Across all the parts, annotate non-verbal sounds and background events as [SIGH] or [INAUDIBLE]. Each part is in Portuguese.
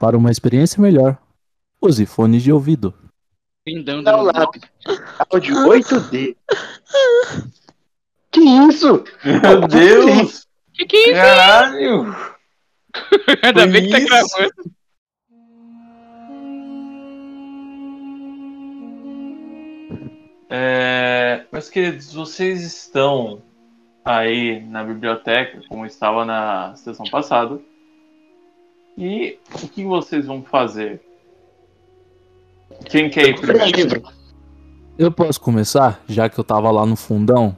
Para uma experiência melhor, use fones de ouvido. Pindando Dá o no lápis. Áudio Ah. 8D. Que isso? assim? Meu Deus! Que que é isso? Caralho! Ainda bem que tá isso? gravando. É, meus queridos, vocês estão aí na biblioteca, como estava na sessão passada. E o que vocês vão fazer? Quem quer ir Cadê o primeiro? livro? Eu posso começar, já que eu tava lá no fundão?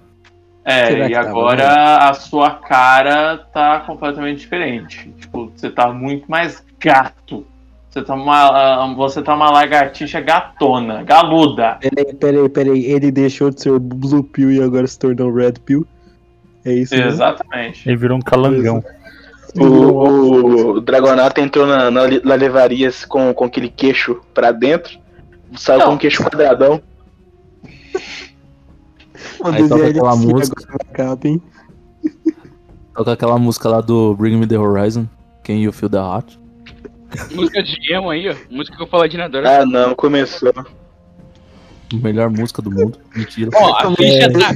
É, Será e que tá agora a sua cara tá completamente diferente. Tipo, você tá muito mais gato. Você tá uma, você tá uma lagartixa gatona, galuda. Peraí, peraí, peraí. Ele deixou de ser o Blue Pill e agora se tornou o Red Pill. É isso? né? Exatamente. Ele virou um calangão. O, o Dragonato entrou na, na, li- na levarias com, com aquele queixo pra dentro. Saiu Não. com um queixo quadradão. Vou Aí toca aquela desenhar ele assim música. agora na capa, hein? Toca aquela música lá do Bring Me The Horizon, Can You Feel The Heart? Música de emo aí, ó. Música que o Paladino adora. Ah, não, começou. Melhor música do mundo, [LAUGHS] mentira. Ó, a ficha tá,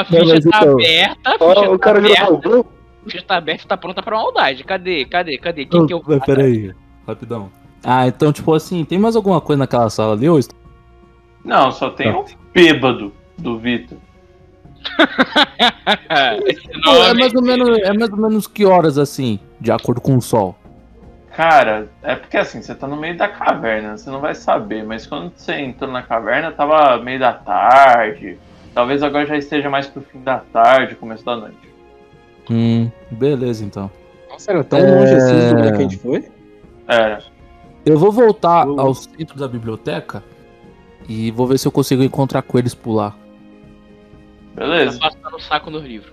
a ficha mas tá então- aberta, a ficha Ó, o tá cara já aberta, salvou. a ficha tá aberta, tá pronta pra maldade. Cadê, cadê, cadê? Quem que eu... Mas Ah, peraí, rapidão. Ah, então, tipo assim, tem mais alguma coisa naquela sala ali? Ou... est- Não, só Tá. tem o bêbado do Vitor. Esse Não, é, nome. mais ou menos, é mais ou menos que horas, assim, de acordo com o sol? Cara, é porque assim, você tá no meio da caverna, você não vai saber, mas quando você entrou na caverna, tava meio da tarde. Talvez agora já esteja mais pro fim da tarde, começo da noite. Hum, beleza, então. Nossa, era tão É. longe assim do lugar que a gente foi? É, Eu vou voltar Boa. ao centro da biblioteca e vou ver se eu consigo encontrar coelhos por lá. beleza. Tá passando o saco nos livros.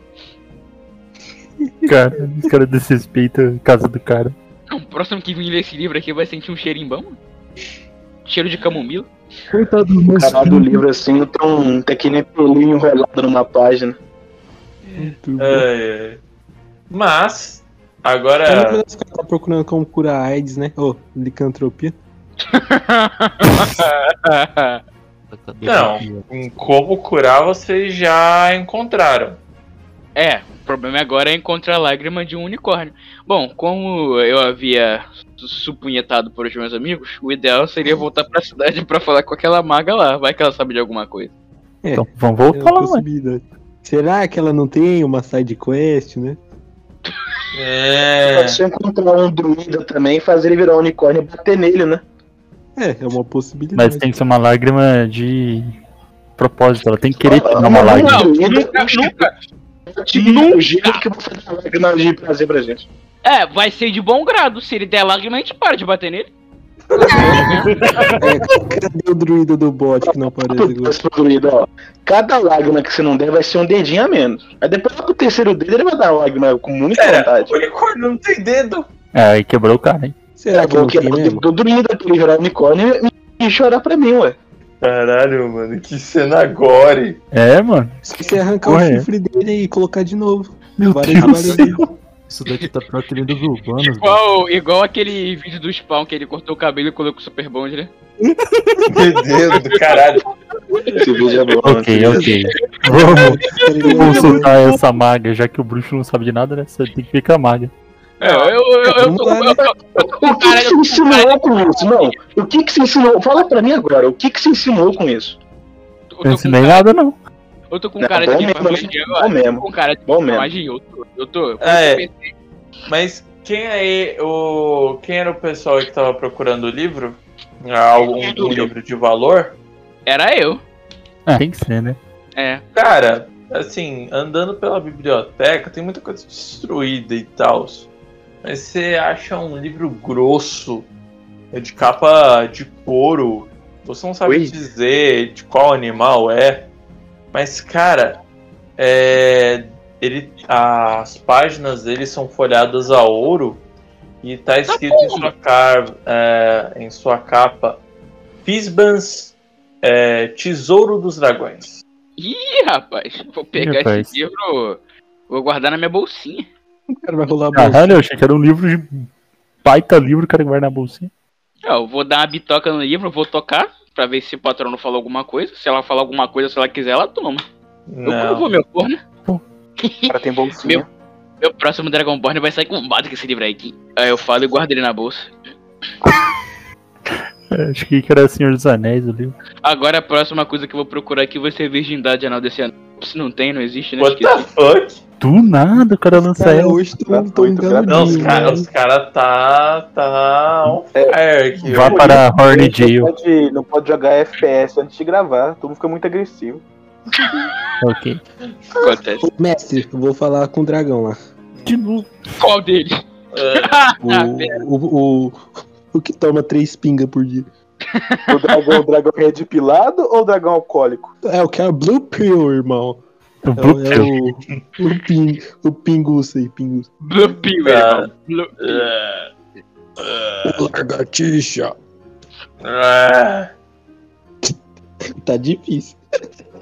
Cara, os caras desrespeitam a casa do cara. Não, o próximo que vir ler esse livro aqui vai sentir um cheirinho bom? Cheiro de camomila? Coitado do O canal do livro assim, tá, um, tá que nem pulinho enrolado numa página. É, é. Mas, É. Na agora. verdade, os caras tá procurando como curar AIDS, né? Ô, licantropia. Não. em Como curar vocês já encontraram. É, o problema agora é encontrar a lágrima de um unicórnio. Bom, como eu havia su- supunhetado por os meus amigos, o ideal seria voltar pra cidade pra falar com aquela maga lá. Vai que ela sabe de alguma coisa. Então, vamos voltar É uma lá, mano. possibilidade. Será que ela não tem uma side quest, né? É. Pode ser encontrar um druida também e fazer ele virar um unicórnio e bater nele, né? É, é uma possibilidade. Mas tem que ser uma lágrima de propósito. Ela tem que querer tirar uma Não, lágrima. não, nunca, nunca. Tipo, o giro que você dá lágrima de prazer pra gente. É, vai ser de bom grado. Se ele der lágrima, a gente para de bater nele. É, Cadê o druida do bot que não aparece agora? Pro druida, ó. Cada lágrima que você não der vai ser um dedinho a menos. Aí depois lá pro terceiro dedo ele vai dar lágrima com muita É. vontade. unicórnio não tem dedo. É, aí quebrou o cara, hein? Será que vou não quebrar tem é né, o mesmo? dedo do druida pra ele virar unicórnio e- e chorar pra mim, ué. Caralho, mano, que cena agora. É, mano. Se você arrancar o Ué. chifre dele e colocar de novo. Meu Várias Deus. várias vezes. Isso daqui tá pior que lindo dos urbanos. velho. Igual, igual aquele vídeo do Spawn que ele cortou o cabelo e colocou o Super Bond, né? Meu Deus do caralho. Esse vídeo é bom. né? Ok, ok. Vamos Cara, consultar essa maga, já que o bruxo não sabe de nada, né? Você tem que ficar maga. É, eu, eu, eu, eu, Vamos lá, né? eu- O que, que Caralho, você caralho. insinuou com isso? Não. O que, que você insinuou? Fala pra mim agora. O que, que você insinuou com isso? eu Não tô com ensinei nada, não. Eu tô com Não, cara bom de mesmo, imagem né? Bom agora. mesmo. Tô com cara de Bom mesmo. imagem, eu tô. Eu tô. É, mas quem aí, o quem era o pessoal que tava procurando o livro? Algum um livro de valor? Era eu. Ah, tem que ser, né? É. Cara, assim, andando pela biblioteca, tem muita coisa destruída e tal. Mas você acha um livro grosso, é de capa de couro. Você não sabe Ui. dizer de qual animal é. Mas, cara, é, ele, as páginas dele são folhadas a ouro. E tá escrito em sua, car- é, em sua capa: Fisbans, é, Tesouro dos Dragões. Ih, rapaz. Vou pegar rapaz. esse livro. Vou guardar na minha bolsinha. vai rolar a bolsa. Ah, Caralho, eu achei que era um livro de baita livro, o cara guarda na bolsinha. Ah, eu vou dar uma bitoca no livro, vou tocar, pra ver se o patrão não falou alguma coisa. Se ela falar alguma coisa, se ela quiser, ela toma. Eu não vou, Não. meu corno. [LAUGHS] Cara, tem bolsinha. Meu próximo Dragonborn vai sair combado com esse livro aí aqui. Aí eu falo e guardo ele na bolsa. É, Acho que era Senhor dos Anéis o livro. Agora a próxima coisa que eu vou procurar aqui vai ser virgindade anal desse ano. Se não tem, não existe, né? What the Esqueci. fuck? Do nada é o cara lança Cara, ela. hoje todo mundo tá Gratuito, gratuito. Não, os né? enganadinho, caras os cara tá. tá on fire aqui. Vá hoje. para Horny Jail. Não pode, não pode jogar FPS antes de gravar, todo mundo fica muito agressivo. Ok. Acontece. Ô, Mestre, eu vou falar com o dragão lá. De novo. Qual dele? É, [LAUGHS] O, o, o, o que toma três pingas por dia. O dragão, o dragão red pilado ou o dragão alcoólico? É o que é a Blue Pill, irmão. O É, o- Blue é Pill. o, o, ping, o pinguça aí, pinguça. Blue Pill, meu Tá. irmão. Blue Pill. é, Largatixa. é. Tá difícil. [LAUGHS]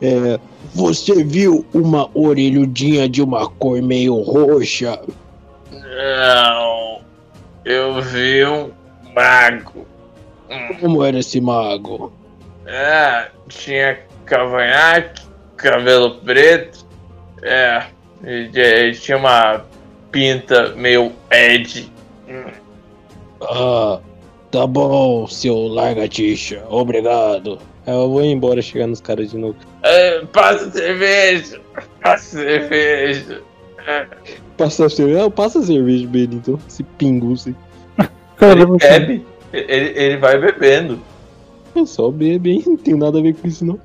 É, você viu uma orelhudinha de uma cor meio roxa? É, Não. Eu vi um mago. Hum. Como era esse mago? É, tinha cavanhaque, cabelo preto. É, e- e- e tinha uma pinta meio Ed. Ah, tá bom, seu largatixa. Obrigado. É, Eu vou embora chegar nos caras de novo. É, passa cerveja, passa cerveja. Passa a cerveja. Eu passo a cerveja pra ele, então. Esse pinguço. Cara, Ele leva assim. bebe, ele, ele vai bebendo. Eu só bebo, hein? Não tem nada a ver com isso, não.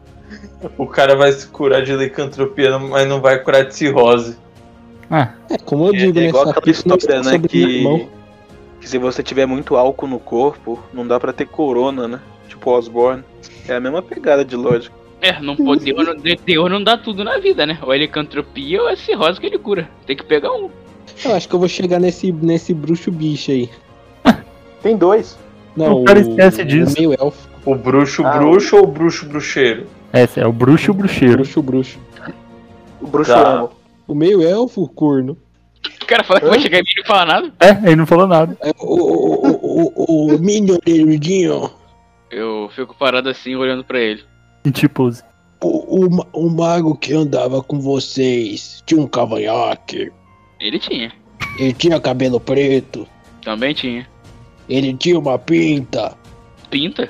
O cara vai se curar de licantropia, mas não vai curar de cirrose. Ah, É, como eu É- digo, é né? igual essa aquela pista não história, está né, sobre que- minha mão. Que se você tiver muito álcool no corpo, não dá pra ter corona, né? Tipo Osborne. É a mesma pegada de lógica. É, não pode. Deus não, Deus não dá tudo na vida, né? Ou é licantropia ou é cirrose que ele cura. Tem que pegar um. Eu acho que eu vou chegar nesse, nesse bruxo bicho aí. Tem dois. Não, O cara esquece o disso. meio elfo. O bruxo Ah, bruxo ou o bruxo bruxeiro? essa é o bruxo e o bruxeiro. Bruxo, bruxo. O bruxo Tá. amo. O meio elfo, o corno. O cara fala que vai chegar em mim e não fala nada. É, ele não falou nada. É, O, o, o, o, o Minion Erudinho, Eu fico parado assim, olhando pra ele. E tipo, o, o, ma- o mago que andava com vocês tinha um cavanhaque, Ele tinha. ele tinha cabelo preto, Também tinha. ele tinha uma pinta. Pinta?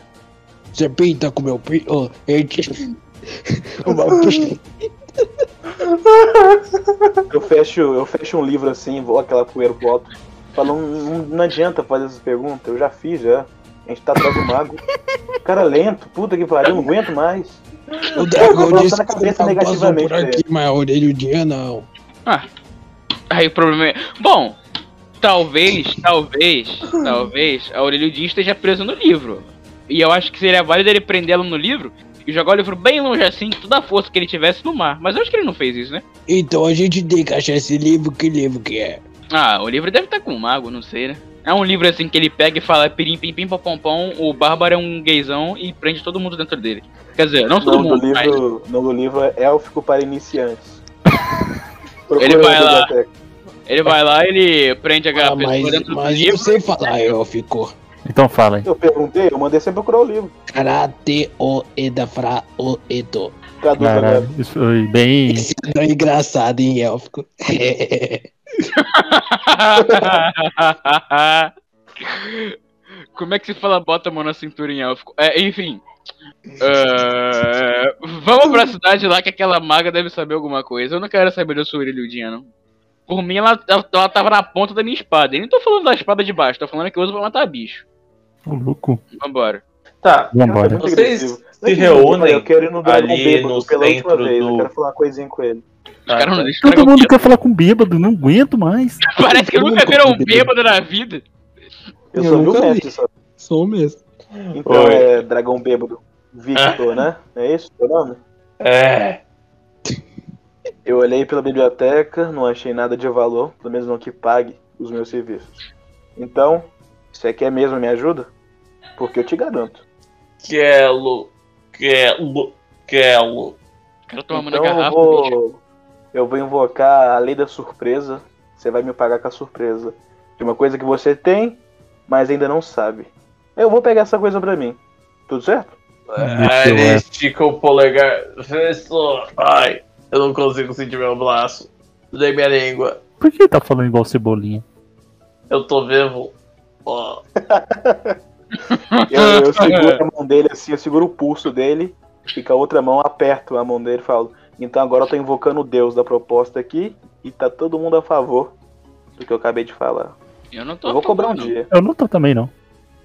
Você pinta com meu pinto? ele tinha [LAUGHS] uma pinta. Eu fecho, eu fecho um livro assim, vou aquela poeira pro alto. Falo, "Não- não adianta fazer essas perguntas, eu já fiz já. A gente tá atrás do mago. Cara lento, puta que pariu, não aguento mais. O dragão Bota disse na que cabeça ele tava passando negativamente por aqui, mas o Erudinho não. Aí o problema é. Bom, talvez, talvez, talvez a Aurelio Dias esteja presa no livro. E eu acho que seria válido ele prender ela no livro e jogar o livro bem longe assim, com toda a força que ele tivesse no mar. Mas eu acho que ele não fez isso, né? Então a gente tem que achar esse livro, que livro que é? Ah, o livro deve estar com um mago, não sei, né? É um livro assim que ele pega e fala pirim pim pim pom pom pom, o Bárbaro é um gaysão e prende todo mundo dentro dele. Quer dizer, não O todo nome do mundo, mas livro, o nome do livro é Élfico para Iniciantes. Ele vai na lá. biblioteca. ele vai lá e ele prende aquela Ah, mas É, pessoa dentro do mas eu livro. sei falar, eu fico. então fala aí. Eu perguntei, eu mandei você procurar o livro. Karate o edafra o edo. Traduz agora. Caralho, isso foi bem. Esse é engraçado, hein, élfico? [LAUGHS] [LAUGHS] Como é que se fala bota a mão na cintura em élfico? É, enfim. É, vamos pra cidade lá que aquela maga deve saber alguma coisa. Eu não quero saber da sua orelhudinha, não. Por mim, ela, ela, ela tava na ponta da minha espada. E nem tô falando da espada de baixo, tô falando que eu uso pra matar bicho. Ô, louco. Vambora. Tá, Cara, é Vambora. muito Vocês agressivo. se Eu falei, reúnem Eu quero ir no Dragão ali no Bêbado pela última centro vez. Eu do- quero falar uma coisinha com ele. Os caras tá. não deixam Todo tragar o mundo bêbado. quer falar com bêbado, não aguento mais. Parece que nunca viram um bêbado na vida. Eu Eu, sou viu nunca o vi. mestre só. Sou mesmo. Então Oi. é Dragão Bêbado. [LAUGHS] Victor, né? Não é isso teu nome? É. Eu olhei pela biblioteca, não achei nada de valor, pelo menos não que pague os meus serviços. Então, você quer mesmo a minha ajuda? Porque eu te garanto. Quelo. Quelo. Quelo. O cara tomando então na garrafa, eu vou. Eu vou invocar a lei da surpresa. Você vai me pagar com a surpresa. de uma coisa que você tem, mas ainda não sabe. Eu vou pegar essa coisa pra mim. Tudo certo? Ah, ele é. estica o polegar. Professor, ai, eu não consigo sentir meu braço. Dei minha língua. Por que ele tá falando igual cebolinha? Eu tô vivo. Ó, Eu, eu seguro a mão dele assim, eu seguro o pulso dele, fica a outra mão, aperto a mão dele e falo: Então agora eu tô invocando o Deus da proposta aqui e tá todo mundo a favor do que eu acabei de falar. Eu não tô. Eu vou cobrar um não. dia. Eu não tô também, não.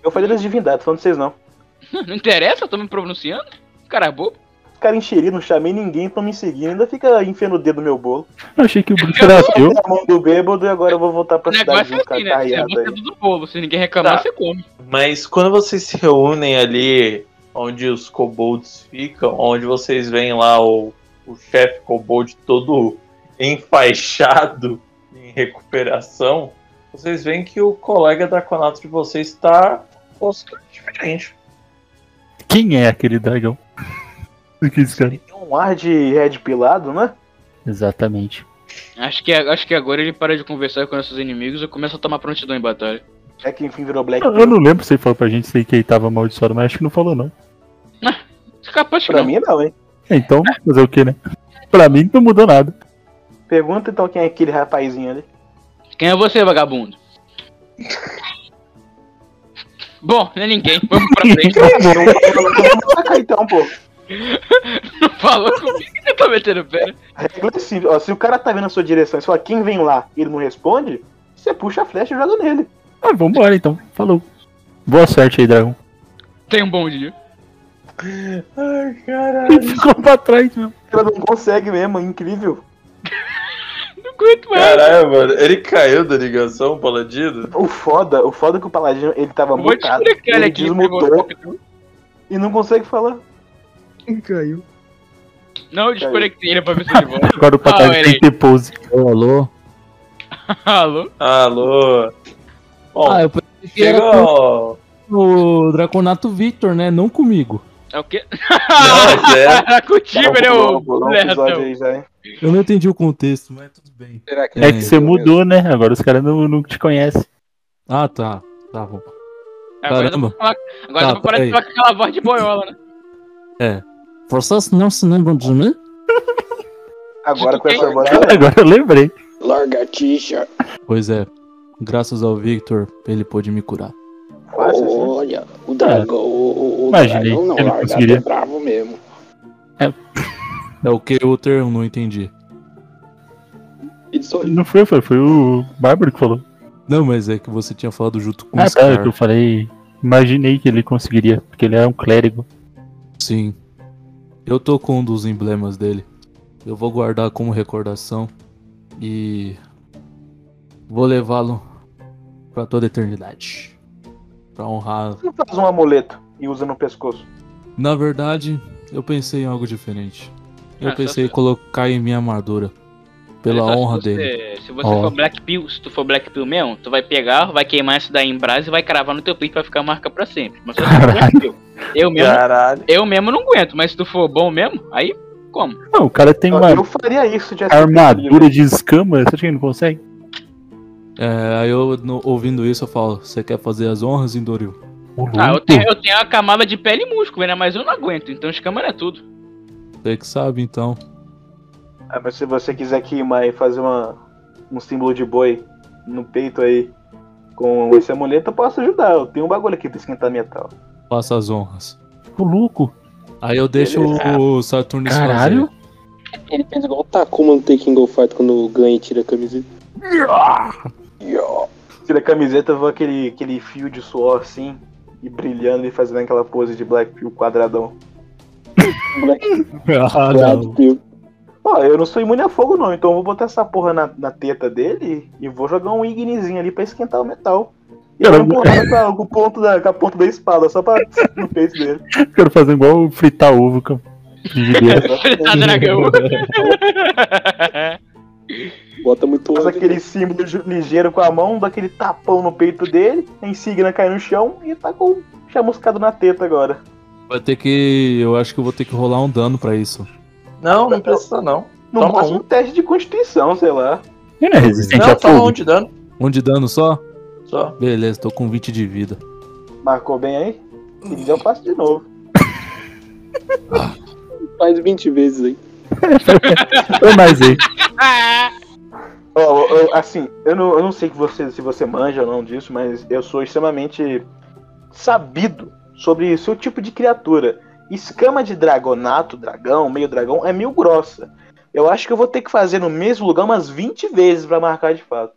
Eu falei das divindades, falando de vocês não. Não interessa, eu tô me pronunciando. Cara é bobo. Os caras enxeridos, não chamei ninguém, tão me seguindo, ainda fica enfiando o dedo no meu bolo. Eu achei que o bicho era seu. A mão do bêbado e agora eu vou voltar O pra cidade negócio do é assim, né? Você é cacaiado aí. botado do bolo. Se ninguém reclamar, Tá. você come. Mas quando vocês se reúnem ali, onde os kobolds ficam, onde vocês veem lá o, o chefe kobold todo enfaixado em recuperação, vocês veem que o colega da Conato de vocês está diferente. Quem é aquele dragão? O que é esse cara? Ele tem um ar de red pilado, né? Exatamente. Acho que, é, acho que agora ele para de conversar com nossos inimigos e começa a tomar prontidão em batalha. É que enfim virou Black Eu eu não lembro se ele falou pra gente, sei que ele tava amaldiçoado, mas acho que não falou, não. Capaz que Pra não. mim não, hein? É, Então, fazer o que, né? Pra mim não mudou nada. Pergunta então quem é aquele rapazinho ali. Quem é você, vagabundo? [LAUGHS] Bom, não é ninguém. Vamos pra [LAUGHS] frente. Saca então, pô. Não falou comigo que eu tô metendo pé. né? A regra é simples. Ó, se o cara tá vendo a sua direção e fala quem vem lá e ele não responde, você puxa a flecha e joga nele. Ah, vambora então. Falou. Boa sorte aí, dragão. Tenha um bom dia. Ai, caralho. Ele ficou pra trás, meu. O cara não consegue mesmo, é incrível. Não aguento mais. tá Caralho, mano, ele caiu da ligação, Paladino? O foda, o foda é que o paladino, ele tava Vou te mutado, explicar ele aqui. pegou- desmutou e não consegue falar. Caiu. Não, eu desconectei ele é pra ver se ele [LAUGHS] volta. Agora o pra Ah, trás olha tem aí. que ter pose. Ô, alô? Alô? Alô? Bom, ah, eu pensei que era chegou. com o Draconato Victor, né? Não comigo. É o quê? [LAUGHS] Não, é, sério. Era [LAUGHS] contigo, né, Rolou- ô rolou um episódio Lerdo? aí já, hein? Eu não entendi o contexto, mas tudo bem. Será que É que você entendeu mesmo? mudou, né? Agora os caras não, não te conhecem. [LAUGHS] Ah, tá. Tá bom. Agora dá pra Caramba. falar- agora dá Tá, pra parar de peraí. falar com aquela voz de boiola, né? Vocês não se lembram de mim? Agora com essa voz. é Agora eu lembrei. Larga a tixa. Pois é. Graças ao Victor, ele pôde me curar. Fácil, assim. Olha, o dragão, o, o Imaginei dragão não que ele larga, conseguiria. é bravo mesmo. É o que, Uther? Eu não entendi. Isso Não foi, foi, foi o Bárbaro que falou. Não, mas é que você tinha falado junto com Ah, o tá, é que Scar. eu falei. Imaginei que ele conseguiria, porque ele era um clérigo. Sim. Eu tô com um dos emblemas dele. Eu vou guardar como recordação e vou levá-lo pra toda a eternidade. Pra honrar. Não faz um amuleto e usa no pescoço. Na verdade, eu pensei em algo diferente. Eu Ah, pensei em só- colocar em minha armadura. Pela Só se honra você- dele. Se você Ó. for Black Pill, se tu for Black Pill mesmo, tu vai pegar, vai queimar isso daí em brasa e vai cravar no teu peito pra ficar a marca pra sempre. Mas se você for Black Pill, eu mesmo, Caralho. eu mesmo não aguento, mas se tu for bom mesmo, aí como? Não, o cara tem uma Eu faria isso se tivesse armadura de escama. Você acha que ele não consegue? É, aí eu, no- ouvindo isso, eu falo: Você quer fazer as honras, Indoril? O Ah, eu louco. tenho, eu tenho uma camada de pele e músculo, né? Mas eu não aguento, então escama não é tudo. Você que sabe, então. Ah, mas se você quiser queimar e fazer uma, um símbolo de boi no peito aí com esse amuleto, eu posso ajudar. Eu tenho um bagulho aqui pra esquentar metal. Faça as honras. O louco. Aí eu deixo Beleza. o Saturno Caralho. Ele pensa igual o Takuma no Taking Go Fight quando ganha e tira a camiseta. Ah, Yo. Tira a camiseta, vou aquele, aquele fio de suor assim, e brilhando e fazendo aquela pose de Black Pill quadradão. Ah, Bravo, não. tio. Ó, eu não sou imune a fogo não, então eu vou botar essa porra na, na teta dele e vou jogar um ignizinho ali pra esquentar o metal. E eu vou Caramba. empurrar com a- com, o ponto da, com a ponta da espada, só pra no peito dele. Eu quero fazer igual fritar ovo, cara. [LAUGHS] [LAUGHS] Jubileu. Fritar dragão. Bota muito Faz óleo. aquele símbolo ju- ligeiro com a mão, dá aquele tapão no peito dele, a insígnia cai no chão e tá com o chamuscado na teta agora. Vai ter que. Eu acho que eu vou ter que rolar um dano pra isso. Não, não precisa não. No é é Um Toma tá só. Beleza, tô com 20 de vida. Marcou bem aí? Se quiser, eu faço de novo. Faz 20 vezes aí. Eu mais aí. Ah, Ó, eu- eu- assim, eu não, eu não sei que você, se você manja ou não disso, mas eu sou extremamente sabido sobre o seu tipo de criatura. Escama de dragonato, dragão, meio dragão, é mil grossa. Eu acho que eu vou ter que fazer no mesmo lugar umas 20 vezes pra marcar de fato.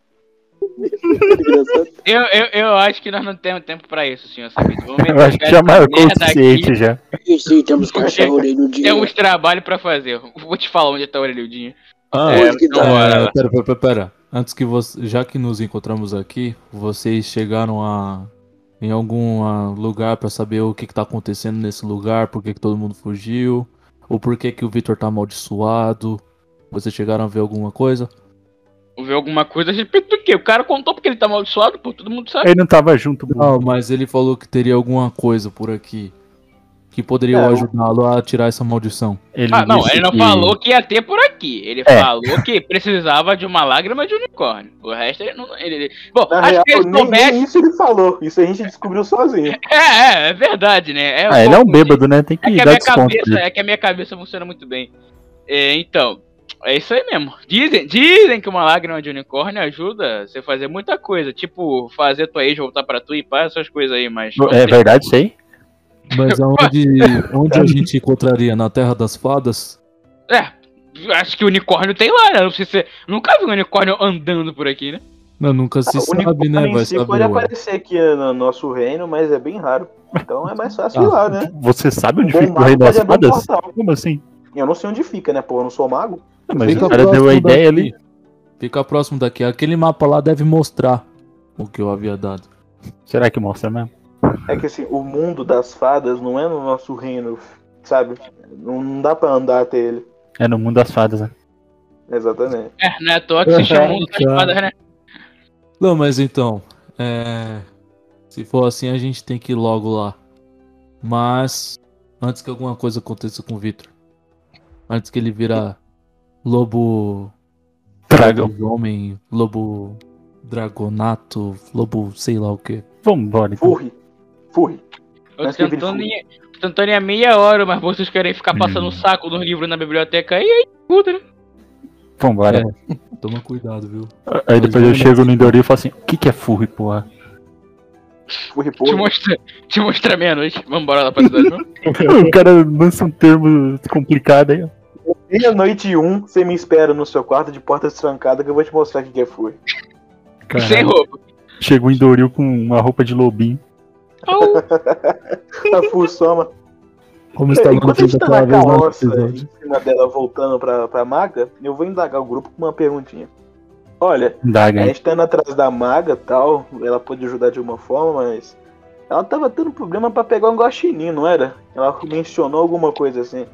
Engraçado. Eu, eu, eu acho que nós não temos tempo pra isso, senhor Sabido. Vamos Eu acho que já marcou o suficiente já. E sim, temos cachorro no dia. Temos trabalho pra fazer. Vou te falar onde tá o orelhudinho. Ah, É, que então tá. bora lá. pera, pera, pera, pera. Antes que você. Já que nos encontramos aqui, vocês chegaram a. Em algum ah, lugar pra saber o que, que tá acontecendo nesse lugar, por que, que todo mundo fugiu, ou por que, que o Victor tá amaldiçoado. Vocês chegaram a ver alguma coisa? Ver alguma coisa, a gente pergunta o quê? O cara contou porque ele tá amaldiçoado, pô, todo mundo sabe. Ele não tava junto, Bruno. Não, mas ele falou que teria alguma coisa por aqui que poderia É, o- ajudá-lo a tirar essa maldição. Ele Ah, não, disse ele não que- falou que ia ter por aqui. Ele É. falou que precisava de uma lágrima de unicórnio. O resto ele não. Ele, ele- Bom, Na acho real, que ele nem, soubesse. nem isso ele falou. Isso a gente descobriu sozinho. [LAUGHS] É, é, é verdade, né? Ah, ele é um pouco- bêbado, né? Tem É que que, a dar minha desconto. né? cabeça, é que a minha cabeça funciona muito bem. É, então, é isso aí mesmo. Dizem, dizem que uma lágrima de unicórnio ajuda você a fazer muita coisa. Tipo, fazer tua ex voltar pra tu e pá, essas coisas aí, mas. É verdade, isso aí? Mas aonde, onde a gente encontraria? Na Terra das Fadas? É, acho que o unicórnio tem lá, né? Não sei se- Nunca vi um unicórnio andando por aqui, né? Não, nunca se sabe, unicórnio né? em Vai si pode saber. ué. aparecer aqui no nosso reino, mas é bem raro. Então é mais fácil ir Ah. lá, né? Você sabe onde Bom fica o mago Rei das pode abrir um Fadas? portal. Como assim? Eu não sei onde fica, né? Pô, eu não sou mago. Não, mas Fica o cara deu próximo a ideia daqui. ali. Fica próximo daqui. Aquele mapa lá deve mostrar o que eu havia dado. Será que mostra mesmo? É que assim, o mundo das fadas não é no nosso reino, sabe? Não, não dá pra andar até ele. É no mundo das fadas, né? Exatamente. É, não é à toa que se [LAUGHS] chama um das espadas, né? Não, mas então. é, Se for assim, a gente tem que ir logo lá. Mas. Antes que alguma coisa aconteça com o Victor. Antes que ele vira lobo. Dragão. Homem, lobo. Dragonato, lobo, sei lá o que. Vambora, então. Furry. Furry. Eu Mas tô que tentando ele em, tô tentando em meia hora, mas vocês querem ficar passando o Hum. saco dos livros na biblioteca aí, aí muda, né? Vambora. Toma cuidado, viu? Aí depois eu chego no Indorinho e falo assim: o que, que é furry, porra? Furry Te porra. mostra, te mostra meia-noite. Vambora lá pra cidade, não? o cara lança um termo complicado aí. ó. Meia-noite um, você me espera no seu quarto de porta trancada que eu vou te mostrar o que que é furry. [LAUGHS] Caralho. Sem roupa. Chegou o Indorinho com uma roupa de lobinho. Au. [LAUGHS] A fursoma. Como Enquanto a gente tá na carroça em cima dela voltando pra, pra maga, eu vou indagar o grupo com uma perguntinha. Olha, Daga, A hein? gente tá indo atrás da maga e tal, ela pôde ajudar de alguma forma, mas ela tava tendo problema pra pegar um guaxinim, não era? Ela mencionou alguma coisa assim.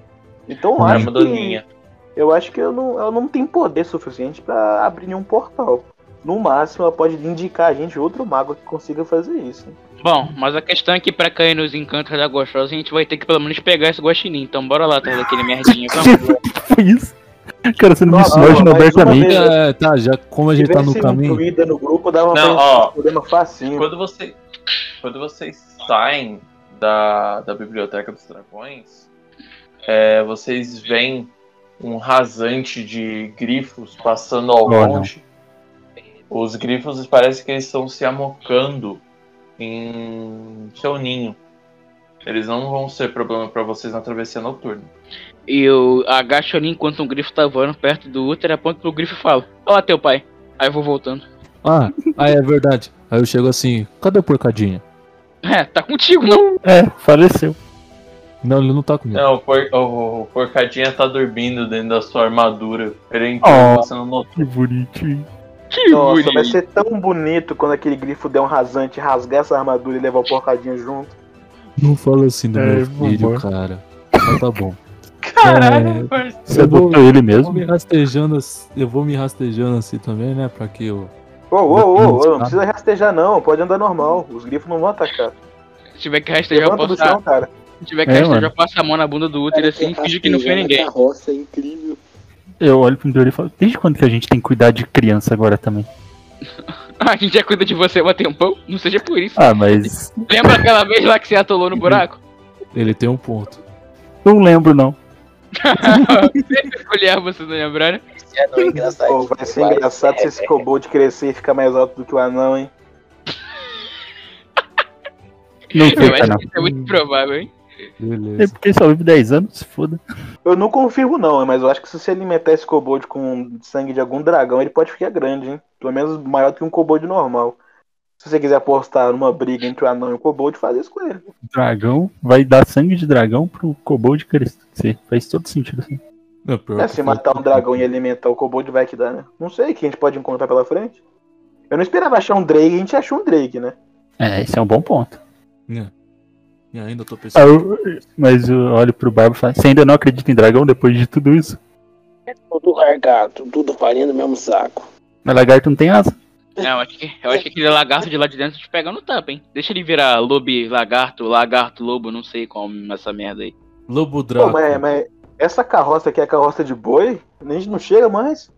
Então eu Não, Uma acho doninha. que, eu acho que eu não, ela não tem poder suficiente pra abrir nenhum portal. No máximo, ela pode indicar a gente outro mago que consiga fazer isso. Bom, mas a questão é que pra cair nos encantos da gostosa, a gente vai ter que pelo menos pegar esse guaxinim. Então bora lá atrás daquele merdinha. Vamos. [LAUGHS] Foi isso. Cara, você não me Não, esmaga não, mas uma abertamente. vez- É, tá, já como a Se gente tá no tivesse um caminho. incluída no grupo, dava pra Não, gente um ó. problema facinho. Quando, você, quando vocês saem da, da Biblioteca dos Dragões, é, vocês veem um rasante de grifos passando ao Oh, não. monte. Os grifos parece que eles estão se amocando em seu ninho. Eles não vão ser problema pra vocês na travessia noturna. E eu agacho ali enquanto um grifo tá voando perto do útero, aponto pro grifo e falo: Olha lá teu pai. Aí eu vou voltando. Ah, ah, é verdade. Aí eu chego assim, cadê o porcadinha? É, tá contigo, não? É, faleceu. Não, ele não tá comigo. Não, o, por, o, o porcadinha tá dormindo dentro da sua armadura. Ele entrou, Oh. você não notou. Que bonitinho. Que Nossa, bonito. vai ser tão bonito quando aquele grifo der um rasante, rasgar essa armadura e levar o porcadinho junto. Não fala assim do É, meu vambora. filho, cara. Mas tá bom. É. Caralho, parceiro. Você Eu vou- adotou ele Eu vou mesmo? me rastejando, ass- eu vou me rastejando assim também, né? Pra que eu. Ô, ô, ô, ô, não precisa rastejar não, pode andar normal, os grifos não vão atacar. Se tiver que rastejar, eu Levanta do passo, chão, a- cara. se tiver que É, rastejar, mano. eu passo a mão na bunda do útero assim, finge que não foi ninguém. [LAUGHS] Carroça é incrível. Eu olho pro Indorinho e falo: desde quando que a gente tem que cuidar de criança agora também? A gente já cuida de você há um tempão, não seja por isso. Ah, mas. Lembra aquela vez lá que você atolou no buraco? [LAUGHS] Ele tem um ponto. Não lembro, não. Sempre escolher você não lembrar, né? É, não, é engraçado. [LAUGHS] Pô, vai ser engraçado se esse kobold crescer e ficar mais alto do que o anão, hein? Não Eu fica, acho não. que isso é muito provável, hein? É Beleza. porque ele só vive 10 anos, se foda. Eu não confirmo, não, mas eu acho que se você alimentar esse kobold com sangue de algum dragão, ele pode ficar grande, hein? Pelo menos maior do que um kobold normal. Se você quiser apostar numa briga entre o anão e o kobold, faz isso com ele. Dragão vai dar sangue de dragão pro kobold crescer. Faz todo sentido assim. Não, pior É, que se foi- matar um dragão e alimentar o kobold, vai que dá, né? Não sei o que a gente pode encontrar pela frente. Eu não esperava achar um Drake, a gente achou um Drake, né? É, esse é um bom ponto. E ainda tô pensando. Ah, eu- mas eu olho pro Barba e falo, você ainda não acredita em dragão depois de tudo isso? Tudo largado, tudo farinha no mesmo saco. Mas lagarto não tem asa. Não, acho que, eu acho que aquele lagarto de lá de dentro tá te pega no tampo, hein? Deixa ele virar lobe, lagarto, lagarto, lobo, não sei qual essa merda aí. Lobo Pô, Draco. mas, mas essa carroça aqui é carroça de boi? A gente não chega mais?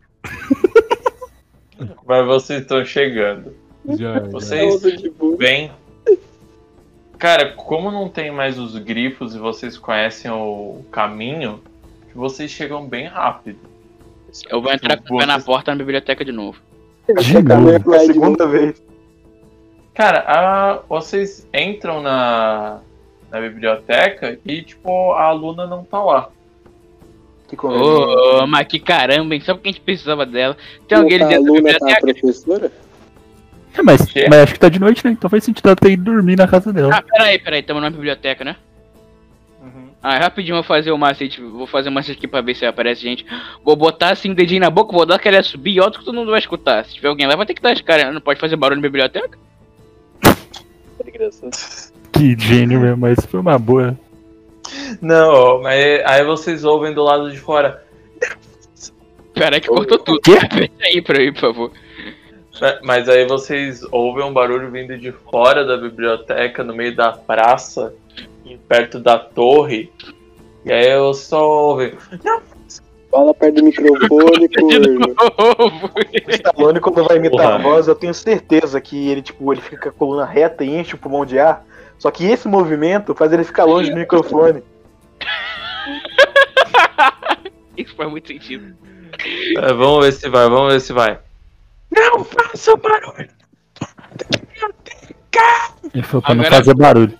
Mas vocês estão chegando. Já, já. é. Vocês Tudo É tipo de boa. Bem. Cara, como não tem mais os grifos e vocês conhecem o caminho, vocês chegam bem rápido. Eu vou entrar com o pé na Vocês- porta na biblioteca de novo. De novo. É a segunda vez. Cara, a- vocês entram na, na biblioteca e, tipo, a aluna não tá lá. Que Ô, conveniente. ô, mas que caramba, hein? Só porque a gente precisava dela. Tem Não alguém tá ali dentro da aluna, tá a biblioteca? professora? É, mas, Quê? mas acho que tá de noite, né? Então faz sentido ela ter ido dormir na casa dela. Ah, peraí, peraí, tamo na biblioteca, né? Ah, rapidinho vou fazer o macete, vou fazer o macete aqui pra ver se aparece gente. Vou botar assim o dedinho na boca, vou dar aquela subir, óbvio que todo mundo vai escutar. Se tiver alguém lá, vai ter que dar as caras, né? não pode fazer barulho na biblioteca? Tá engraçado. Que gênio mesmo, mas foi uma boa. Não, mas aí vocês ouvem do lado de fora. Peraí que cortou tudo. Quê? Repete aí pra mim, por favor. [LAUGHS] né? Mas aí vocês ouvem um barulho vindo de fora da biblioteca, no meio da praça, e perto da torre. E aí eu só ouvem. Fala perto do [LAUGHS] microfone, corno. O Stallone, quando vai imitar Porra. a voz, eu tenho certeza que ele, tipo, ele fica com a coluna reta e enche o pulmão de ar. Só que esse movimento faz ele ficar longe [LAUGHS] do microfone. Isso faz muito sentido. É, vamos ver se vai, vamos ver se vai. Não faça barulho! Ele falou pra não Agora- fazer barulho.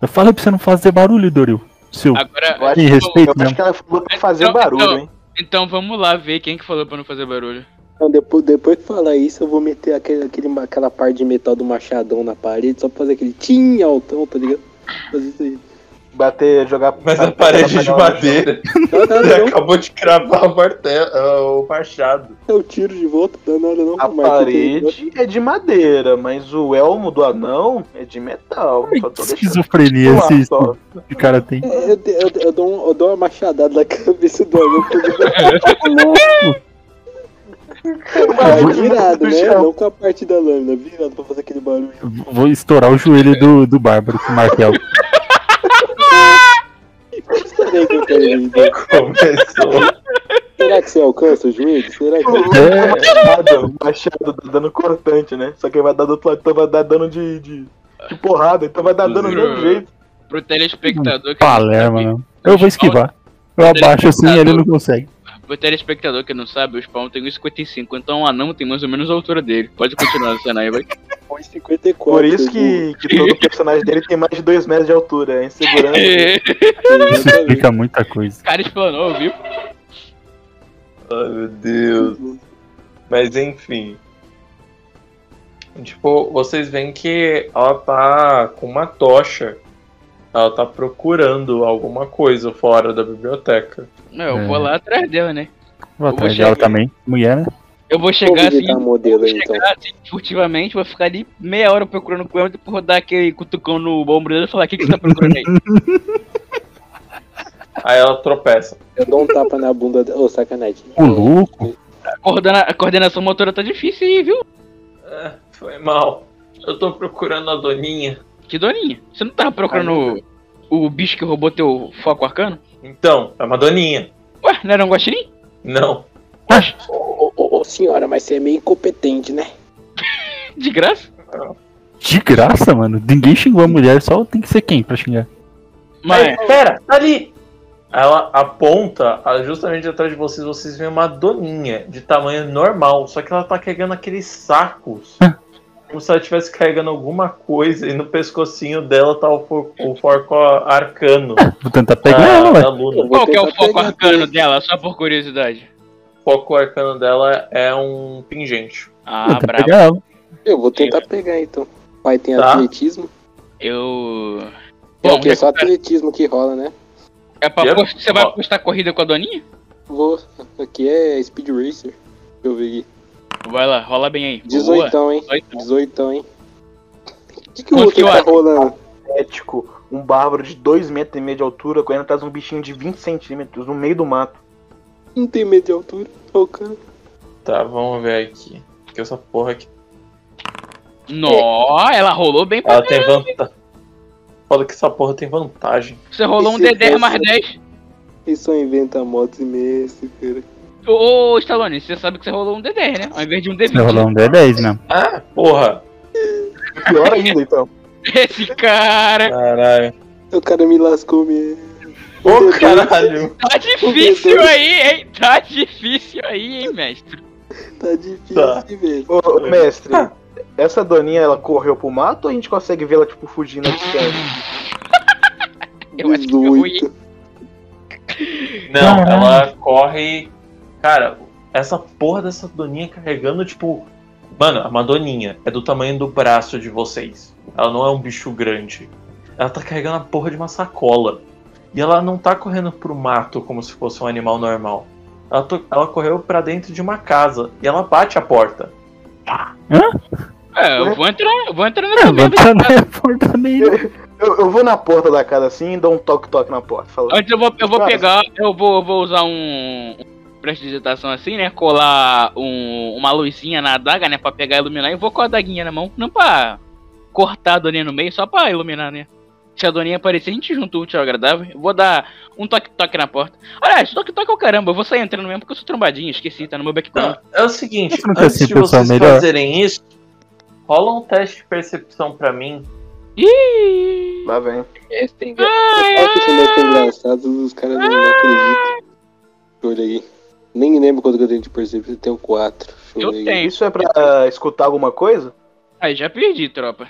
Eu falei pra você não fazer barulho, Doril. Seu. Eu Agora, acho, Tem respeito eu acho mesmo. que ela falou pra fazer Então, barulho, então. hein? então vamos lá ver quem que falou pra não fazer barulho. Não, depois, depois que falar isso, eu vou meter aquele, aquele- aquela parte de metal do machadão na parede, só pra fazer aquele tim altão, tá ligado? Fazer isso aí. Bater, jogar. Mas a bater, parede de jogar no madeira, Não, não, ele um- não, acabou de cravar o martelo, ah, o machado. eu É um tiro de volta, não, não, não. chão. A Marquinhos tem- parede é de madeira, mas o elmo do anão é de metal. Só tô deixando. Esquizofrenia Vamos lá, esse, só. esse cara tem. É, Eu, de- eu, de- eu, dou um- eu dou uma machadada na [LAUGHS] cabeça do anão. [LAUGHS] Mas tá virado, né? Não com a parte da lâmina, virado pra fazer aquele barulho. Vou estourar o joelho do, do Bárbaro com o martelo. Será que eu quero ver? Começou. Será que você alcança o joelho? Será que. É. machado, o machado dá dano cortante, né? Só que vai dar do outro lado, então vai dar dano de, de, de porrada, então vai dar dano do mesmo jeito. Pro telespectador que Palerma, não. né? Eu vou esquivar. Eu abaixo assim e ele não consegue. Pro telespectador que não sabe, o Spawn tem 1,55, então o anão tem mais ou menos a altura dele. Pode continuar no cenário, [LAUGHS] vai. Foi 54. Por isso que, que todo personagem dele tem mais de 2 metros de altura, é insegurança. Isso explica muita coisa. O cara explanou, viu? Ai, meu Deus. Mas enfim. Tipo, vocês veem que ela tá com uma tocha. Ela tá procurando alguma coisa fora da biblioteca. Não, eu É. vou lá atrás dela, né? Vou Eu vou atrás dela chegar. também. Mulher, né? Eu vou chegar Vamos assim, visitar a modelo aí, então. chegar assim, furtivamente, vou ficar ali meia hora procurando com ela, depois vou dar aquele cutucão no ombro dela e falar, o que, que você tá procurando [LAUGHS] aí? Aí ela tropeça. Eu dou um tapa na bunda dela. Ô, sacanagem. O louco. A, coordena- a coordenação motora tá difícil aí, viu? É, foi mal. Eu tô procurando a doninha. Que doninha. Você não tava procurando o, o bicho que roubou teu foco arcano? Então, é uma doninha. Ué, não era um guaxinim? Não. Ô, ô, ô, ô, senhora, mas você é meio incompetente, né? De graça? De graça, mano. Ninguém xingou a mulher, só tem que ser quem pra xingar. Mas, Ei, pera, tá ali! Ela aponta ah, justamente atrás de vocês, vocês veem uma doninha de tamanho normal, só que ela tá carregando aqueles sacos. Como se ela estivesse carregando alguma coisa e no pescocinho dela tá o, for, o forco arcano. Vou tentar Da, Ah, pegar ela, da velho. Luna. Vou qual que é o tentar foco pegar arcano tudo. dela, só por curiosidade? O foco arcano dela é um pingente. Vou Tá Ah, tentar brabo. pegar ela. Eu vou tentar pegar então. Pai tem Tá. atletismo. Eu. É Bom, o que? Só já que atletismo que rola, né? é pra Yep. apost- você vai Ó. apostar corrida com a doninha? Vou. Aqui é Speed Racer. Deixa eu ver aqui. Vai lá, rola bem aí. Boa. 18, hein? 18. 18, hein? O que, que o Quanto outro que eu tá acho? rolando? Ético, um bárbaro de 2 metros e meio de altura, correndo atrás de um bichinho de 20 centímetros no meio do mato. Não tem medo de altura. Ô, cara. Tá, vamos ver aqui. Que essa porra aqui. Nó, ela rolou bem pra Ela tem vantagem. Fala que essa porra tem vantagem. Você rolou um Esse D10 teste- mais 10. Ele só inventa motos imenso, cara. Ô, ô, Stallone, você sabe que você rolou um D10, né? Ao invés de um Vai rolar D20. um D10 mesmo. Ah, porra! Pior ainda, então. Esse cara Caralho. [LAUGHS] O cara me lascou mesmo. Ô, caralho! tá difícil aí, hein? Tá difícil aí, hein, mestre? Tá difícil, Tá. velho. Ô, ô, mestre, essa doninha, ela correu pro mato ou a gente consegue vê-la, tipo, fugindo de céu? Eu acho que eu vou ir. Não, Caralho. ela corre. Cara, essa porra dessa doninha carregando, tipo. Mano, é uma doninha. É do tamanho do braço de vocês. Ela não é um bicho grande. Ela tá carregando a porra de uma sacola. E ela não tá correndo pro mato como se fosse um animal normal. Ela, to- ela correu pra dentro de uma casa. E ela bate a porta. É, eu vou entrar, eu vou entrar Ah, nessa vou merda. entrar na [LAUGHS] porta dele. Eu, eu vou na porta da casa assim e dou um toque-toque na porta. Falo, Antes eu vou, eu vou Cara. pegar, eu vou, eu vou usar um, um prestidigitação assim, né? Colar um- uma luzinha na adaga, né? Pra pegar e iluminar. E vou com a adaguinha na mão. Não pra cortar a doninha no meio, só pra iluminar, né? Se a doninha aparecer, a gente junta o útil ao agradável. Eu Vou dar um toque-toque na porta. Aliás, toque-toque é o caramba. Eu vou sair entrando mesmo porque eu sou trombadinho. Esqueci, tá no meu background. Não, Ah. é o seguinte, Isso não quer antes ser de pessoal vocês melhor? fazerem isso, rola um teste de percepção pra mim. Ih! lá vem. Esse tem Ai, Olha que esse mestre é engraçado, os caras não, não acreditam. Deixa eu olhar aqui. Nem lembro quanto que eu tenho de percepção, eu tenho 4. Deixa Eu olhar aqui. tenho. Isso é pra escutar alguma coisa? Aí já perdi, tropa.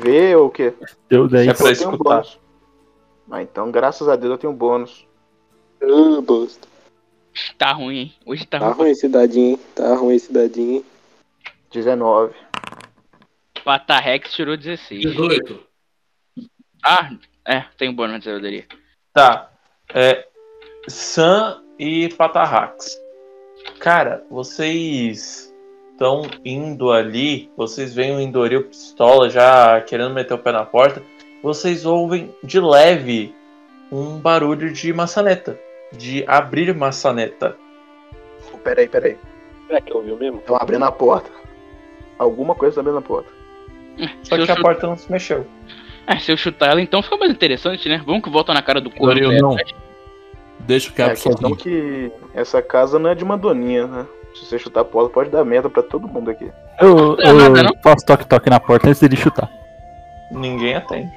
Ver ou o quê? Deu É pra 10. Eu tenho um escutar. bônus. Ah, então, graças a Deus eu tenho um bônus. Ah, bosta. Tá ruim, hein? Hoje tá Tá ruim. ruim esse dadinho, hein? Tá ruim esse dadinho, hein? 19. Pata Rex tirou 16. 18. Ah, é, tem um bônus de sabedoria. Tá. É, Sam e Patarrax. Cara, vocês estão indo ali, vocês veem o Indoril pistola já querendo meter o pé na porta, vocês ouvem de leve um barulho de maçaneta, de abrir maçaneta. Oh, peraí, peraí. Será que ouviu mesmo? Estão abrindo a porta. Alguma coisa tá abrindo a porta. Se Só eu, que a chutar, porta não se mexeu. é, se eu chutar ela, então fica mais interessante, né? Vamos que volta na cara do couro. Doril, né? não. Deixa o É, a Cap questão sozinho. que essa casa não é de uma doninha, né? Se você chutar a porta, pode dar merda pra todo mundo aqui. Eu, Não é nada, eu faço toque-toque na porta antes dele chutar. Ninguém atende.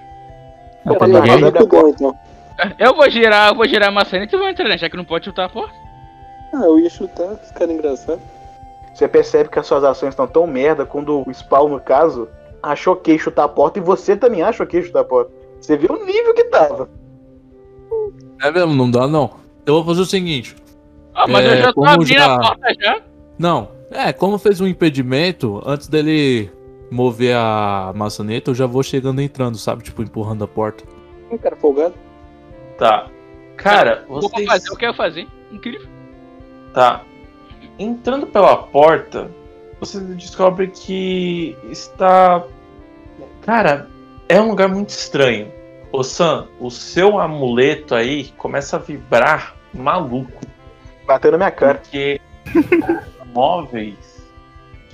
Não Tá Pera, tem mas ninguém. abre a porta. então. Eu vou girar, eu vou girar a maçaneta e vou entrar, né? Já que não pode chutar a porta. Ah, eu ia chutar, esse cara é engraçado. Você percebe que as suas ações estão tão merda quando o Spawn, no caso, achou que ia chutar a porta e você também achou que ia chutar a porta. Você vê o nível que tava. É mesmo, não dá não. Eu vou fazer o seguinte. Ah, mas É, eu já tô como abrindo já- a porta já. Não, é, como fez um impedimento, antes dele mover a maçaneta, eu já vou chegando e entrando, sabe? Tipo, empurrando a porta. Um cara folgado. Tá. Cara, Vou vocês. fazer o que eu fazer. Incrível. Tá. Entrando pela porta, você descobre que está. Cara, é um lugar muito estranho. Ô Sam, o seu amuleto aí começa a vibrar maluco. Bateu na minha cara. Porque móveis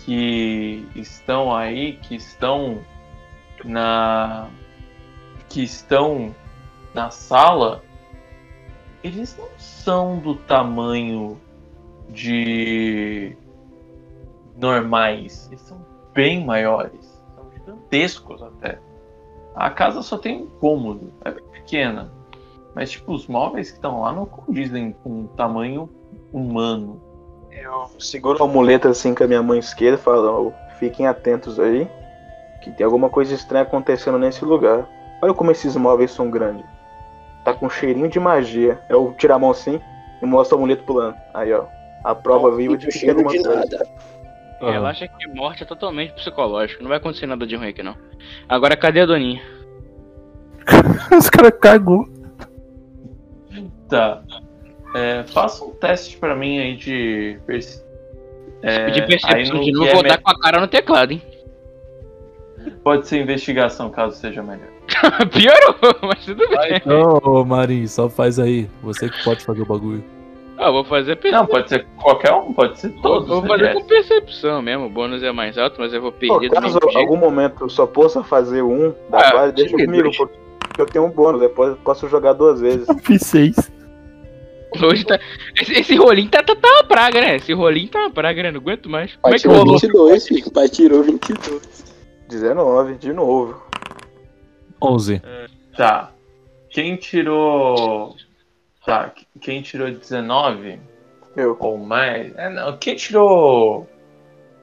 que estão aí, que estão na. que estão na sala, eles não são do tamanho de. normais. Eles são bem maiores. São gigantescos até. A casa só tem um cômodo. É pequena. Mas, tipo, os móveis que estão lá não condizem com o tamanho humano. Eu seguro a muleta assim com a minha mão esquerda e falo, "Ó, fiquem atentos aí, que tem alguma coisa estranha acontecendo nesse lugar. Olha como esses móveis são grandes. Tá com um cheirinho de magia. Eu tiro a mão assim e mostro a muleta pulando. Aí, ó. A prova viva de que tem cheiro alguma de coisa. nada. Ah. Relaxa que morte é totalmente psicológico. Não vai acontecer nada de ruim aqui, não. Agora, cadê a Doninha? Os caras cagou. Tá. É, faça um teste pra mim aí de. perce- Se pedir É, aí percepção no de novo, que é vou dar met- com a cara no teclado, hein? [LAUGHS] Pode ser investigação, caso seja melhor. Piorou, mas tudo bem. Ô, ô, Marinho, só faz aí. Você que pode fazer o bagulho. Ah, vou fazer percepção. Não, pode ser qualquer um, pode ser todos. vou né, fazer Jeff? com percepção mesmo. O bônus é mais alto, mas eu vou Pô, perder do caso mesmo jeito. algum momento eu só possa fazer um da Ah, base, deixa tirei comigo, dois. porque eu tenho um bônus, depois eu posso jogar duas vezes. [LAUGHS] Fiz seis. Hoje tá... esse, esse rolinho tá, tá, tá uma praga, né? Esse rolinho tá uma praga, né? Não aguento mais. Como é que Patirou rolou? 22, filho. Pai tirou 22. 19, de novo. 11. Tá. Quem tirou. Tá. Quem tirou 19 Eu. ou mais. É, não. Quem tirou.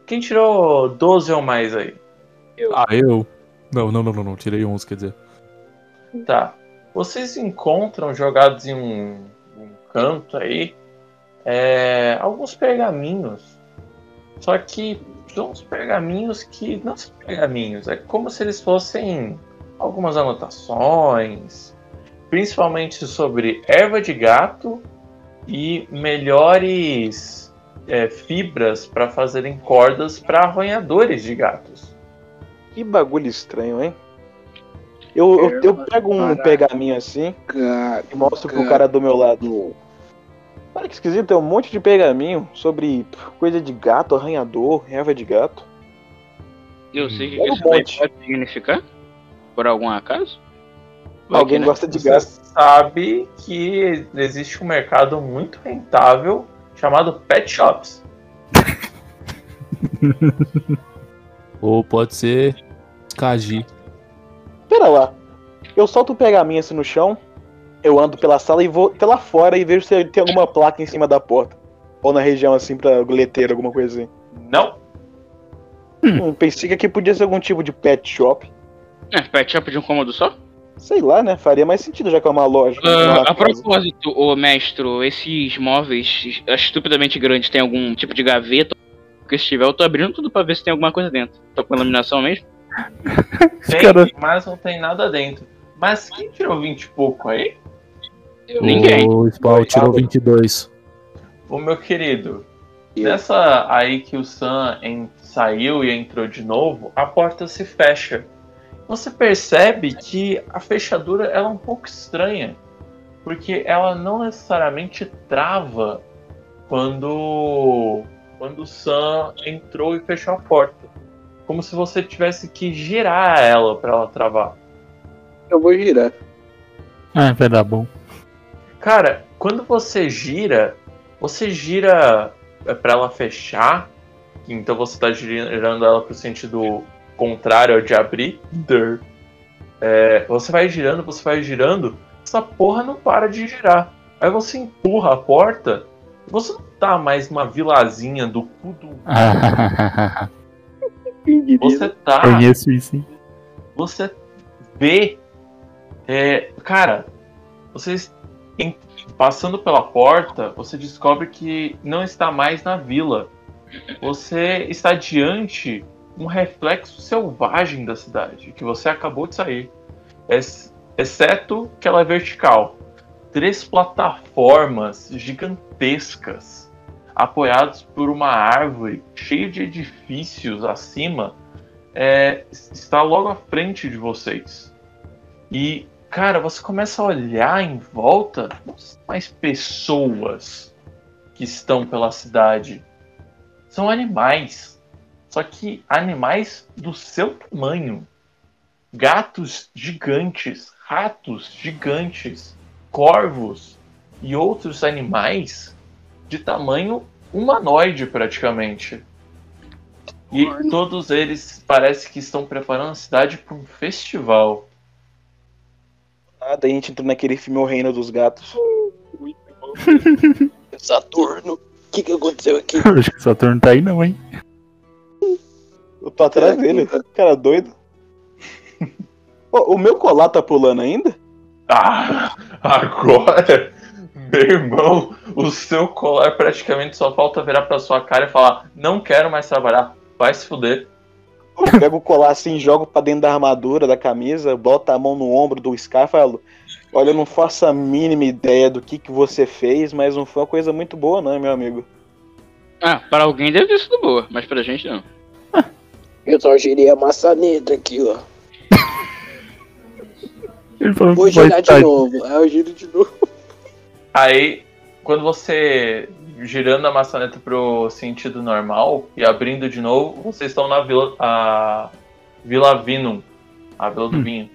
Quem tirou 12 ou mais aí? Ah, eu. Não, não, não, não, não. Tirei 11, quer dizer. Tá. Vocês encontram jogados em um, um canto aí é, alguns pergaminhos. Só que são uns pergaminhos que não são pergaminhos. É como se eles fossem algumas anotações, principalmente sobre erva de gato e melhores é, fibras para fazerem cordas para arranhadores de gatos. Que bagulho estranho, hein? Eu, eu, eu pego um Caralho. pergaminho assim Gato. e mostro pro É, Cara. cara do meu lado. Olha que esquisito, é um monte de pergaminho sobre pff, coisa de gato, arranhador, é erva de gato. Eu sei que Era um isso daí monte. pode significar? Por algum acaso? Vai Alguém que, né? gosta de Você gato. sabe que existe um mercado muito rentável chamado pet shops. Ou pode ser. Kaji. Pera lá. Eu solto o pergaminho assim no chão, eu ando pela sala e vou até lá fora e vejo se tem alguma placa em cima da porta. Ou na região assim pra goleteiro, alguma coisa assim. Não, Hum, pensei que aqui podia ser algum tipo de pet shop. É, pet shop de um cômodo só? Sei lá, né? Faria mais sentido já que é uma loja. Ah, não é uma a casa. propósito, ô mestro, esses móveis é estupidamente grandes tem algum tipo de gaveta? Porque se tiver, eu tô abrindo tudo pra ver se tem alguma coisa dentro. Tô com laminação mesmo? tem, cara- mas não tem nada dentro. Mas quem tirou 20 e pouco aí? Ninguém. O Spawn tirou 22. O meu querido, Eu. nessa aí que o Sam en- saiu e entrou de novo, a porta se fecha. Você percebe que a fechadura ela é um pouco estranha, porque ela não necessariamente trava quando quando o Sam entrou e fechou a porta, como se você tivesse que girar ela para ela travar. Eu vou girar. Ah, vai dar bom. [LAUGHS] Cara, quando você gira, você gira é, pra ela fechar, então você tá girando ela pro sentido contrário ao de abrir. Der. É, você vai girando, você vai girando, essa porra não para de girar. Aí você empurra a porta, você não tá mais uma vilazinha do cu do. Ah, Quem diria? Você tá conheço isso, hein? [LAUGHS] você vê. é, cara, vocês en- passando pela porta, você descobre que não está mais na vila. Você está diante um reflexo selvagem da cidade, que você acabou de sair. Ex- Exceto que ela é vertical. Três plataformas gigantescas, apoiadas por uma árvore cheia de edifícios acima, é, está logo à frente de vocês. E, cara, você começa a olhar em volta, não são mais pessoas que estão pela cidade. São animais. Só que animais do seu tamanho. Gatos gigantes, ratos gigantes, corvos e outros animais de tamanho humanoide praticamente. E todos eles parece que estão preparando a cidade para um festival. Nada, a gente entra naquele filme O Reino dos Gatos. Saturno. O que, que aconteceu aqui? Acho que o Saturno tá aí não, hein? Eu tô É, atrás dele, [LAUGHS] cara doido. Ô, o meu colar tá pulando ainda? Ah, [LAUGHS] agora, meu irmão, o seu colar praticamente só falta virar pra sua cara e falar: Não quero mais trabalhar, vai se fuder. Eu pego o colar assim, jogo pra dentro da armadura, da camisa, boto a mão no ombro do Scar e falo: Olha, eu não faço a mínima ideia do que, que você fez, mas não foi uma coisa muito boa, não, meu amigo. Ah, pra alguém deve ter sido boa, mas pra gente não. Eu só girei a maçaneta aqui, ó. Ele falou Vou que vai girar tá- de novo. Aí eu giro de novo. Aí, quando você girando a maçaneta pro sentido normal e abrindo de novo, vocês estão na vila, a Vila Vinum, a Vila do Hum. Vinho.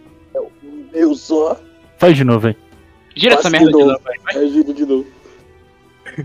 Eu só. Faz de novo, hein? Gira essa Quase merda de de novo. lá, vai. Aí eu giro de novo.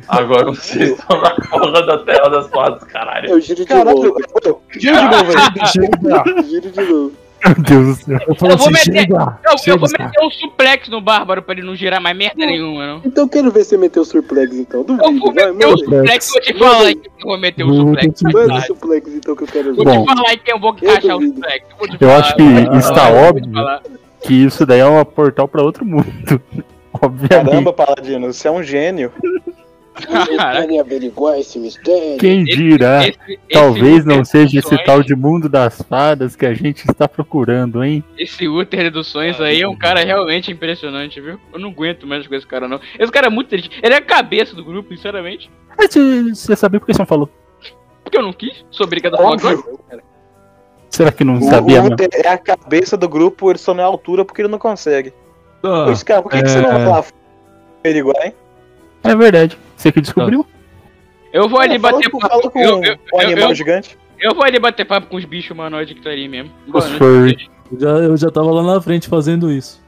Agora vocês estão na porra da Terra das Fadas, caralho. Eu giro de Caraca, novo. eu- Diga de novo aí. [LAUGHS] Giro de novo. Meu Deus do céu. assim, Eu Eu vou meter- chega! Eu, eu Chega, vou Scar. meter um suplex no Bárbaro pra ele não girar mais merda nenhuma, não. Então eu quero ver você meter o surplex então. Duvido. Eu vou vai, meter um manda. suplex, vou te falar aí que eu vou meter um Vou suplex. meter um Manda o verdade. suplex então que eu quero Vou ver. Bom, te falar aí que eu vou eu achar o duvido. suplex. vou te Eu falar, acho que vou te está falar, vou te óbvio. falar. Que isso daí é um portal pra outro mundo. [LAUGHS] Obviamente. Caramba, Paladino, você é um gênio. Vocês querem averiguar esse mistério? Quem dirá? Esse- esse é Talvez não útero seja dos esse sonhos- tal de mundo das fadas que a gente está procurando, hein? Esse útero dos sonhos Ah, aí é um cara realmente impressionante, viu? Eu não aguento mais com esse cara, não. Esse cara é muito triste. Ele é a cabeça do grupo, sinceramente. Mas você você sabia por que você não falou? Porque eu não quis. Sou obrigado a falar agora. Óbvio. Será que não O, sabia? o mesmo? Hunter é a cabeça do grupo, ele só não é a altura porque ele não consegue. Ah, Ô, Scar, por que, que você não vai lá averiguar, hein? É verdade. Você que descobriu? Eu vou ali É, Fala bater com- papo. Fala com Eu, eu- o eu- animal eu- gigante. eu vou ali bater papo com os bichos humanoides que tá ali mesmo. Boa Os noite. furry. eu já, eu já tava lá na frente fazendo isso.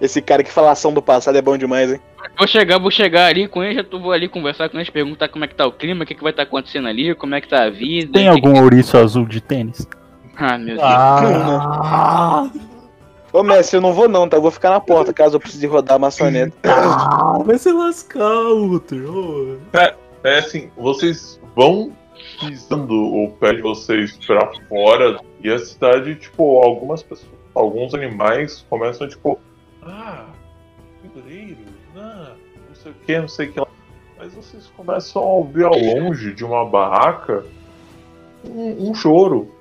Esse cara que fala ação do passado é bom demais, hein? Vou chegar, vou chegar ali com eles, já tô, vou ali conversar com eles, perguntar como é que tá o clima, o que, que vai estar acontecendo ali, como é que tá a vida. Tem o que algum ouriço azul de tênis? que- Ah, meu Deus. Ah, Ô, mestre, eu não vou não, tá? Eu vou ficar na porta caso eu precise rodar a maçaneta. Ah, vai se lascar, Uther. ô. É assim, vocês vão pisando o pé de vocês pra fora e a cidade, tipo, algumas pessoas, alguns animais começam, tipo, ah, figureiro, ah, não sei o que, não sei o que lá. Mas vocês começam a ouvir ao longe de uma barraca um, um choro.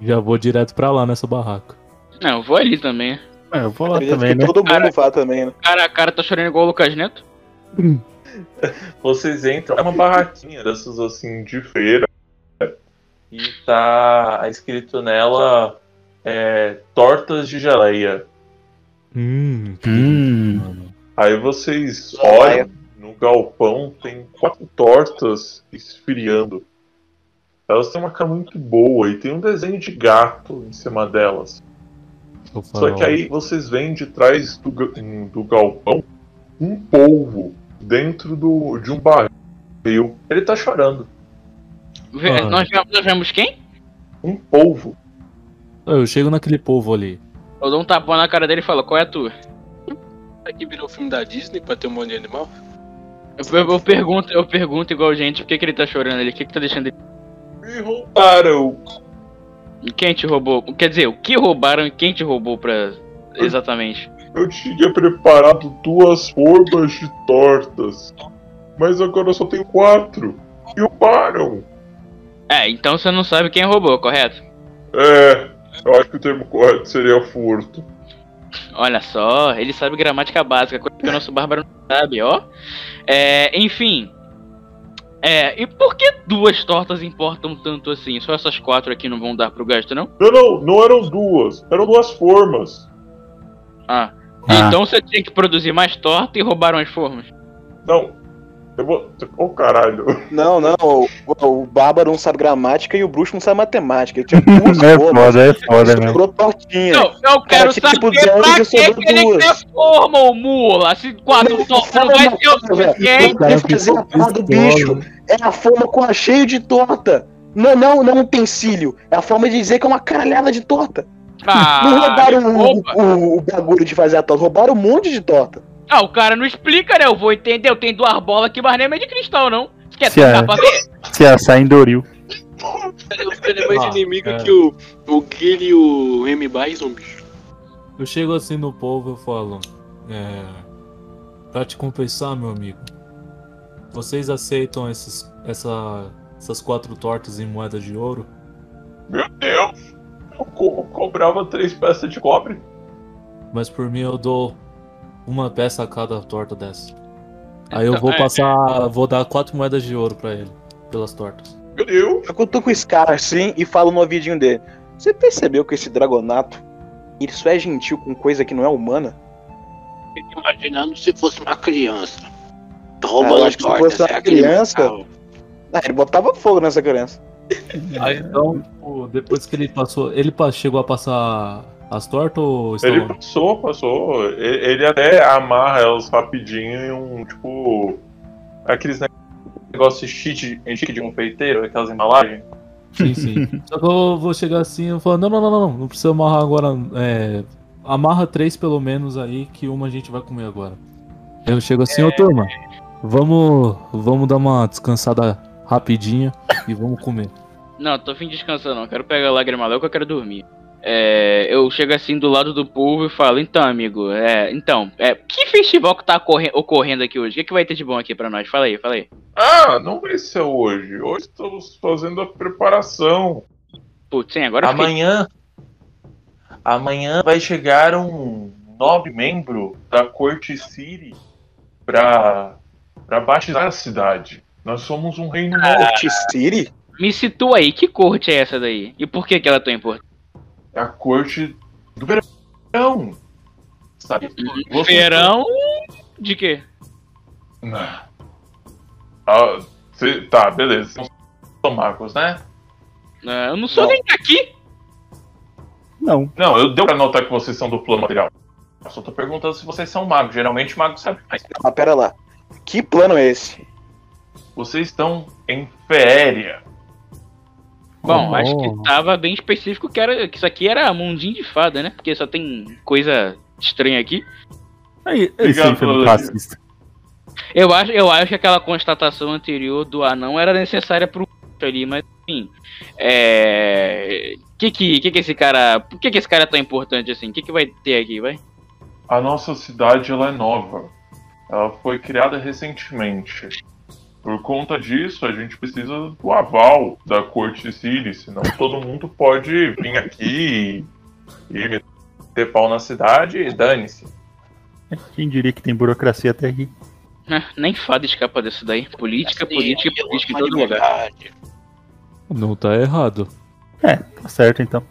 Já vou direto pra lá nessa barraca. Não, eu vou ali também. eu vou lá Ah, Acredito também, que né? todo mundo Cara- vá também, né? Cara, a cara tá chorando igual o Lucas Neto. Vocês entram, é uma barraquinha dessas assim de feira. E tá escrito nela é, tortas de geleia. Hum, Hum, Aí vocês Olha. olham no galpão, tem quatro tortas esfriando. Elas têm uma cara muito boa e tem um desenho de gato em cima delas. eu Só falo, que aí vocês veem de trás do, ga- hum, do galpão um polvo dentro do, de um barril. Ele tá chorando. Vê- Ah. Nós, vemos, nós vemos quem? Um polvo. ó, Eu chego naquele povo ali. Eu dou um tapão na cara dele e falo, qual é a tua? Aqui virou filme da Disney pra ter um monte de animal. Eu, eu- eu pergunto, eu pergunto igual gente, por que, que ele tá chorando ali? O que, que tá deixando ele. Me roubaram. E Quem te roubou? Quer dizer, o que roubaram e quem te roubou pra. Exatamente. Eu tinha preparado duas formas de tortas. Mas agora eu só tenho quatro. E roubaram. É, então você não sabe quem roubou, correto? É, eu acho que o termo correto seria furto. Olha só, ele sabe gramática básica, coisa que o nosso Bárbaro não sabe, ó. É, enfim. É, e por que duas tortas importam tanto assim? Só essas quatro aqui não vão dar pro gasto, não? Não, não, não eram duas, eram duas formas. Ah. Ah. Então você tinha que produzir mais torta e roubaram as formas. Não, eu vou. Ô caralho. Não, não, o, o Bárbaro não sabe gramática e o Bruxo não sabe matemática. Ele tinha Tipo, [LAUGHS] duas é formas, foda, é foda mesmo. sobrou tortinha. Não, eu quero tinha saber tipo pra duas e que, sobrou que ele duas. quer forma, ô mula. Se quatro tortas não vai ser o velho. suficiente. Ele fazia a porra do bicho. É a forma com a cheio de torta. Não, não, não um utensílio. É a forma de dizer que é uma caralhada de torta. não Ah, roubaram o, desculpa. o- o bagulho de fazer a torta, roubaram um monte de torta. Ah, o cara não explica, né? Eu vou entender. Eu tenho duas bolas aqui, mas nem é de cristal, não. Você quer Se tocar é. pra ver? Se assar em Doril. Ele é mais Ah, inimigo é. que o, o Guile e o M. Bison, bicho. Eu chego assim no povo eu falo. É, pra te compensar, meu amigo. Vocês aceitam esses, essa, essas quatro tortas em moeda de ouro? Meu Deus! Eu co- cobrava três peças de cobre. Mas por mim eu dou uma peça a cada torta dessa. Aí eu Então, vou é, passar. Vou dar quatro moedas de ouro pra ele. Pelas tortas. Meu Deus! Eu cutuco esse cara assim e falo no ouvidinho dele. Você percebeu que esse dragonato, ele só é gentil com coisa que não é humana? Imaginando se fosse uma criança. Ah, eu Rouba acho as que se fosse portas, uma é aquele criança- mensal. Ah, ele botava fogo nessa criança. Aí então, pô, depois que ele passou. Ele pa- chegou a passar as tortas ou Ele Stallone? passou, passou. E- Ele, até amarra elas rapidinho em um, tipo. Aqueles negócios chique, chique de confeiteiro, aquelas embalagens. Sim, [LAUGHS] sim. Só que eu vou chegar assim e falar, não, não, não, não, não, não precisa amarrar agora. é, amarra três pelo menos aí, que uma a gente vai comer agora. Eu chego assim, É. ô turma, vamos, vamos dar uma descansada rapidinha e vamos comer. Não, tô fim de descansar, não. Quero pegar a lágrima logo que eu quero dormir. É, eu chego assim do lado do povo e falo, então, amigo, é, então, é, que festival que tá ocorre- ocorrendo aqui hoje? O que, que vai ter de bom aqui pra nós? Fala aí, fala aí. Ah, não vai ser hoje. Hoje estamos fazendo a preparação. Putz, sim, agora eu fiquei- Amanhã. Amanhã vai chegar um nobre membro da corte Siri pra, pra batizar a cidade. Nós somos um reino novo. Corte Siri? Me situa aí, que corte é essa daí? E por que que ela é tão importante? É a corte do verão. Então, Sabe? Vocês- Verão de quê? Ah, cê- tá, beleza. São Marcos, né? Ah, eu não sou Não. nem daqui. Não. Não, eu deu pra notar que vocês são do plano material. Eu só tô perguntando se vocês são magos. Geralmente mago sabe mais. Ah, pera lá. Que plano é esse? Vocês estão em férias. Bom, Oh. acho que tava bem específico que, era, que isso aqui era mundinho de fada, né? Porque só tem coisa estranha aqui. Aí, esse aí Obrigado, foi muito racista. Eu acho, eu acho que aquela constatação anterior do anão era necessária pro ali, mas enfim. É. Que que, que que esse cara. Por que que esse cara é tão importante assim? O que que vai ter aqui, vai? [LAUGHS] A nossa cidade ela é nova. Ela foi criada recentemente. Por conta disso, a gente precisa do aval da corte Siri, senão todo mundo pode vir aqui e, e meter pau na cidade e dane-se. Quem diria que tem burocracia até aqui? Ah, Nem fada escapa dessa daí. Política, política, Sim, eu política em amo a todo lugar. liberdade. Não tá errado. Tá certo, então.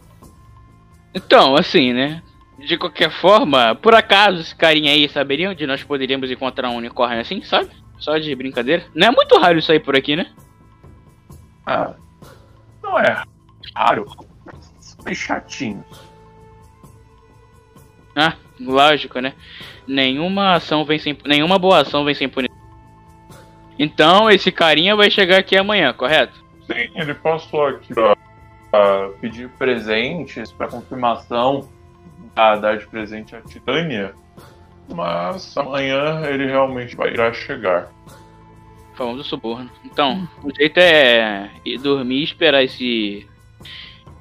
Então, assim, né? De qualquer forma, por acaso esse carinha aí saberia onde nós poderíamos encontrar um unicórnio assim, sabe? Só de brincadeira. Não é muito raro isso aí por aqui, né? Ah, não é raro. é São meio chatinhos. Ah, lógico, né? Nenhuma ação vem sem nenhuma boa ação vem sem punição. Então, esse carinha vai chegar aqui amanhã, correto? Sim, ele passou aqui pra, pra pedir presentes, pra confirmação, pra dar de presente a Titânia. Mas amanhã ele realmente vai irá chegar. Falando do suborno. Então, o jeito é ir dormir e esperar esse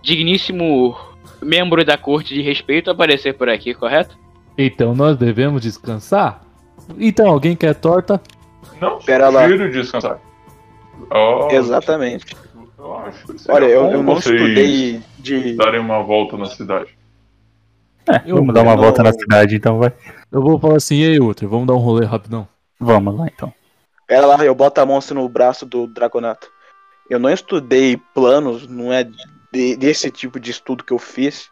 digníssimo membro da corte de respeito aparecer por aqui, correto? Então nós devemos descansar? Então, alguém quer torta? Não Pera lá. sugiro descansar. Oh, Exatamente. Eu acho que seria Olha, eu, bom eu não vocês estudei de. darem uma volta na cidade. [LAUGHS] É, Eu vamos dar uma não- volta na cidade, então, vai. Eu vou falar assim, ei, Uther, vamos dar um rolê rapidão. Vamos lá, então. Pera lá, eu boto a mão assim no braço do Draconato. Eu não estudei planos, não é de- desse tipo de estudo que eu fiz.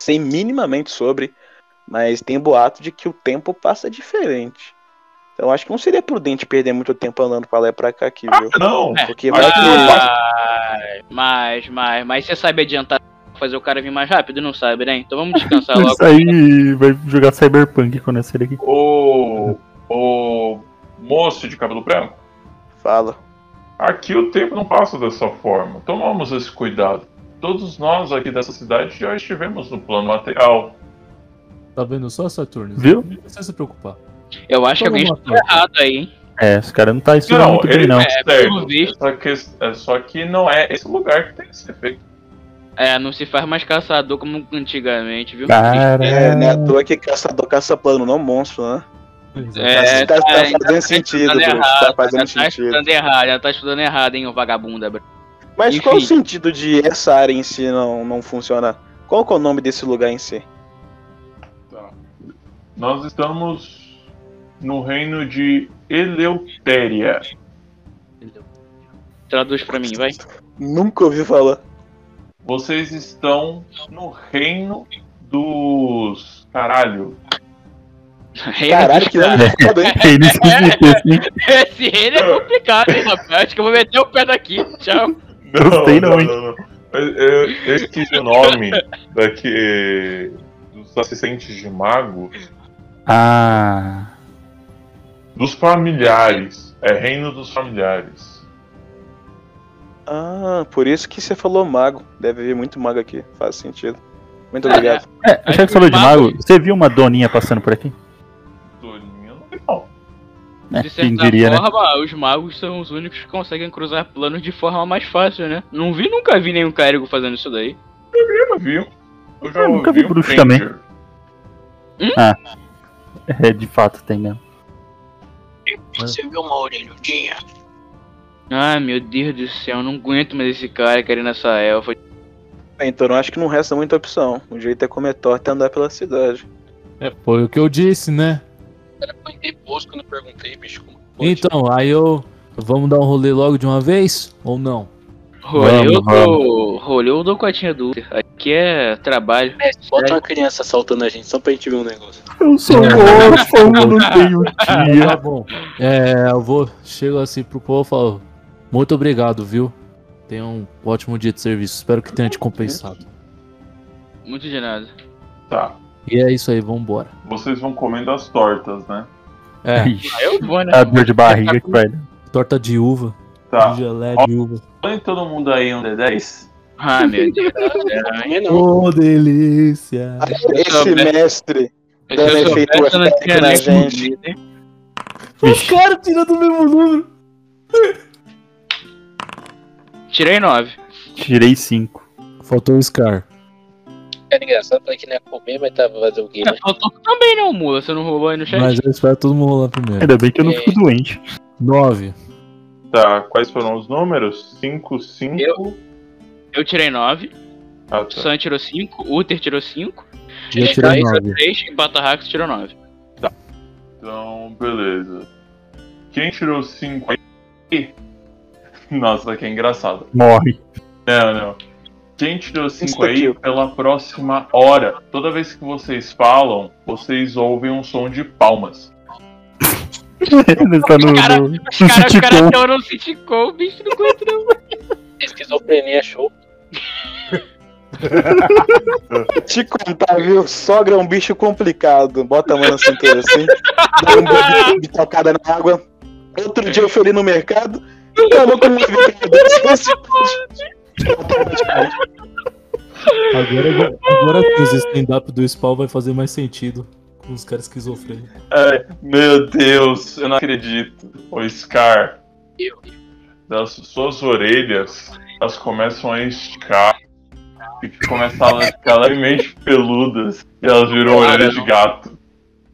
Sei minimamente sobre, mas tem boato de que o tempo passa diferente. Então acho que não seria prudente perder muito tempo andando pra lá e pra cá aqui, viu? Não! Porque vai Mas- que. Mas, mas, mas, mas você sabe adiantar fazer o cara vir mais rápido? Não sabe, né? Então vamos descansar logo. Isso aí vai jogar Cyberpunk quando eu sair daqui. O, o moço de cabelo branco, Fala. Aqui o tempo não passa dessa forma. Tomamos esse cuidado. Todos nós aqui dessa cidade já estivemos no plano material. Tá vendo só, Saturno? Viu? Não precisa se preocupar. Eu acho que alguém Vamos está errado aí, hein? É, os caras não tá estudando Não, muito ele bem, não. tá É, pelo certo. visto. Só que, é, só que não é esse lugar que tem que ser feito. É, não se faz mais caçador como antigamente, viu? Cara, [LAUGHS] É, né? À toa que caçador caça plano, não monstro, né? É, tá, tá cara, ainda fazendo sentido, estudando Bruno. errado, Tá fazendo já tá sentido. estudando errado, já tá estudando errado, hein, o vagabunda. bro. Mas qual o Enfim. sentido de essa área em si não, não funcionar? Qual que é o nome desse lugar em si? Nós estamos no reino de Eleutéria. Traduz pra mim, vai. [LAUGHS] Nunca ouvi falar. Vocês estão no reino dos. Caralho. Caralho, que nome [LAUGHS] foda, hein? ele esquisito, assim. é [LAUGHS] Esse reino é complicado, hein, rapaz? Acho que eu vou meter o pé daqui. Tchau. Não, Gostei não, hein? não. É, Eu, eu- eu esqueci é o nome daqui, dos assistentes de mago, Ah. dos familiares. É reino dos familiares. Ah, por isso que você falou mago. Deve vir muito mago aqui. Faz sentido. Muito obrigado. É, já que você falou de mago, você viu uma doninha passando por aqui? Dolinha não tem não. Né? De certa Quem diria, né? forma, os magos são os únicos que conseguem cruzar planos de forma mais fácil, né? Não vi, nunca vi nenhum clérigo fazendo isso daí. Eu vi. um. Eu já Eu nunca ouvi vi um bruxo Ranger. É, de fato, tem mesmo. Você viu uma orelhudinha? Ah, meu Deus do céu, não aguento mais esse cara querendo essa elfa. É, Então eu acho que não resta muita opção. O jeito é comer torta e andar pela cidade. É, foi o que eu disse, né? Era pra entender posto quando eu perguntei, bicho. Como pode? Então, aí eu. Vamos dar um rolê logo de uma vez? Ou não? Rolê eu Vamos, dou- rolê eu dou com a tinha do Uther. Aqui é trabalho. Bota uma criança assaltando a gente, só pra gente ver um negócio. Eu sou órfão, eu não tenho Aí dia. Tá bom. É, eu vou. Chego assim pro povo e falo: Muito obrigado, viu? Tenha um ótimo dia de serviço. Espero que tenha te compensado. Muito de nada. Tá. E é isso aí, vambora. Vocês vão comendo as tortas, né? É, Ixi, Eu vou, né? a dor de barriga que vai. dar. torta de uva, Tá. gelé de uva. Põe todo mundo aí um D10. Ah, meu [LAUGHS] Deus. É, Também não. Ô, delícia! Esse soubesse- mestre Se eu dando efeito soubesse, eu não hashtag tinha na nem gente. fudido, hein? Os caras tirando o mesmo número. Tirei nove. Tirei cinco. Faltou o Scar. Era É engraçado, falei que não ia comer, mas tava fazendo [LAUGHS] o quê, né? É, Faltou tu também, não, mula. Você não roubou aí no chat? Mas eu espero todo mundo lá primeiro. Ainda bem que eu não fico doente. Nove. Tá, quais foram os números? 5, 5. Eu tirei nove. Ah, O tá. Sam tirou cinco. O Uther tirou cinco. E eu tirei nove. 3 e Batarrax tirou [LAUGHS] nove. Então, beleza. Quem tirou 5 aí? Nossa, que engraçado. Morre. [LAUGHS] Não, não. Quem tirou 5 Insta aí, kill. pela próxima hora, toda vez que vocês falam, vocês ouvem um som de palmas. Ele tá no, Cara, no, Os no caras sitcom. cara estão no Citicom, o bicho não aguenta não. Esquizofrenia é show. Te contar, viu? Sogra é um bicho complicado. Bota a mão na cintura assim. Dá um bebê de tocada na água. Outro dia eu fui ali no mercado. Falou com um vivendo. Agora, agora os stand-up do Spawn vai fazer mais sentido. Com os caras esquizofrênicos. Ai, meu Deus, eu não acredito. O Scar, Eu. das suas orelhas, elas começam a esticar. E começam a ficar levemente peludas. E elas viram orelhas de gato.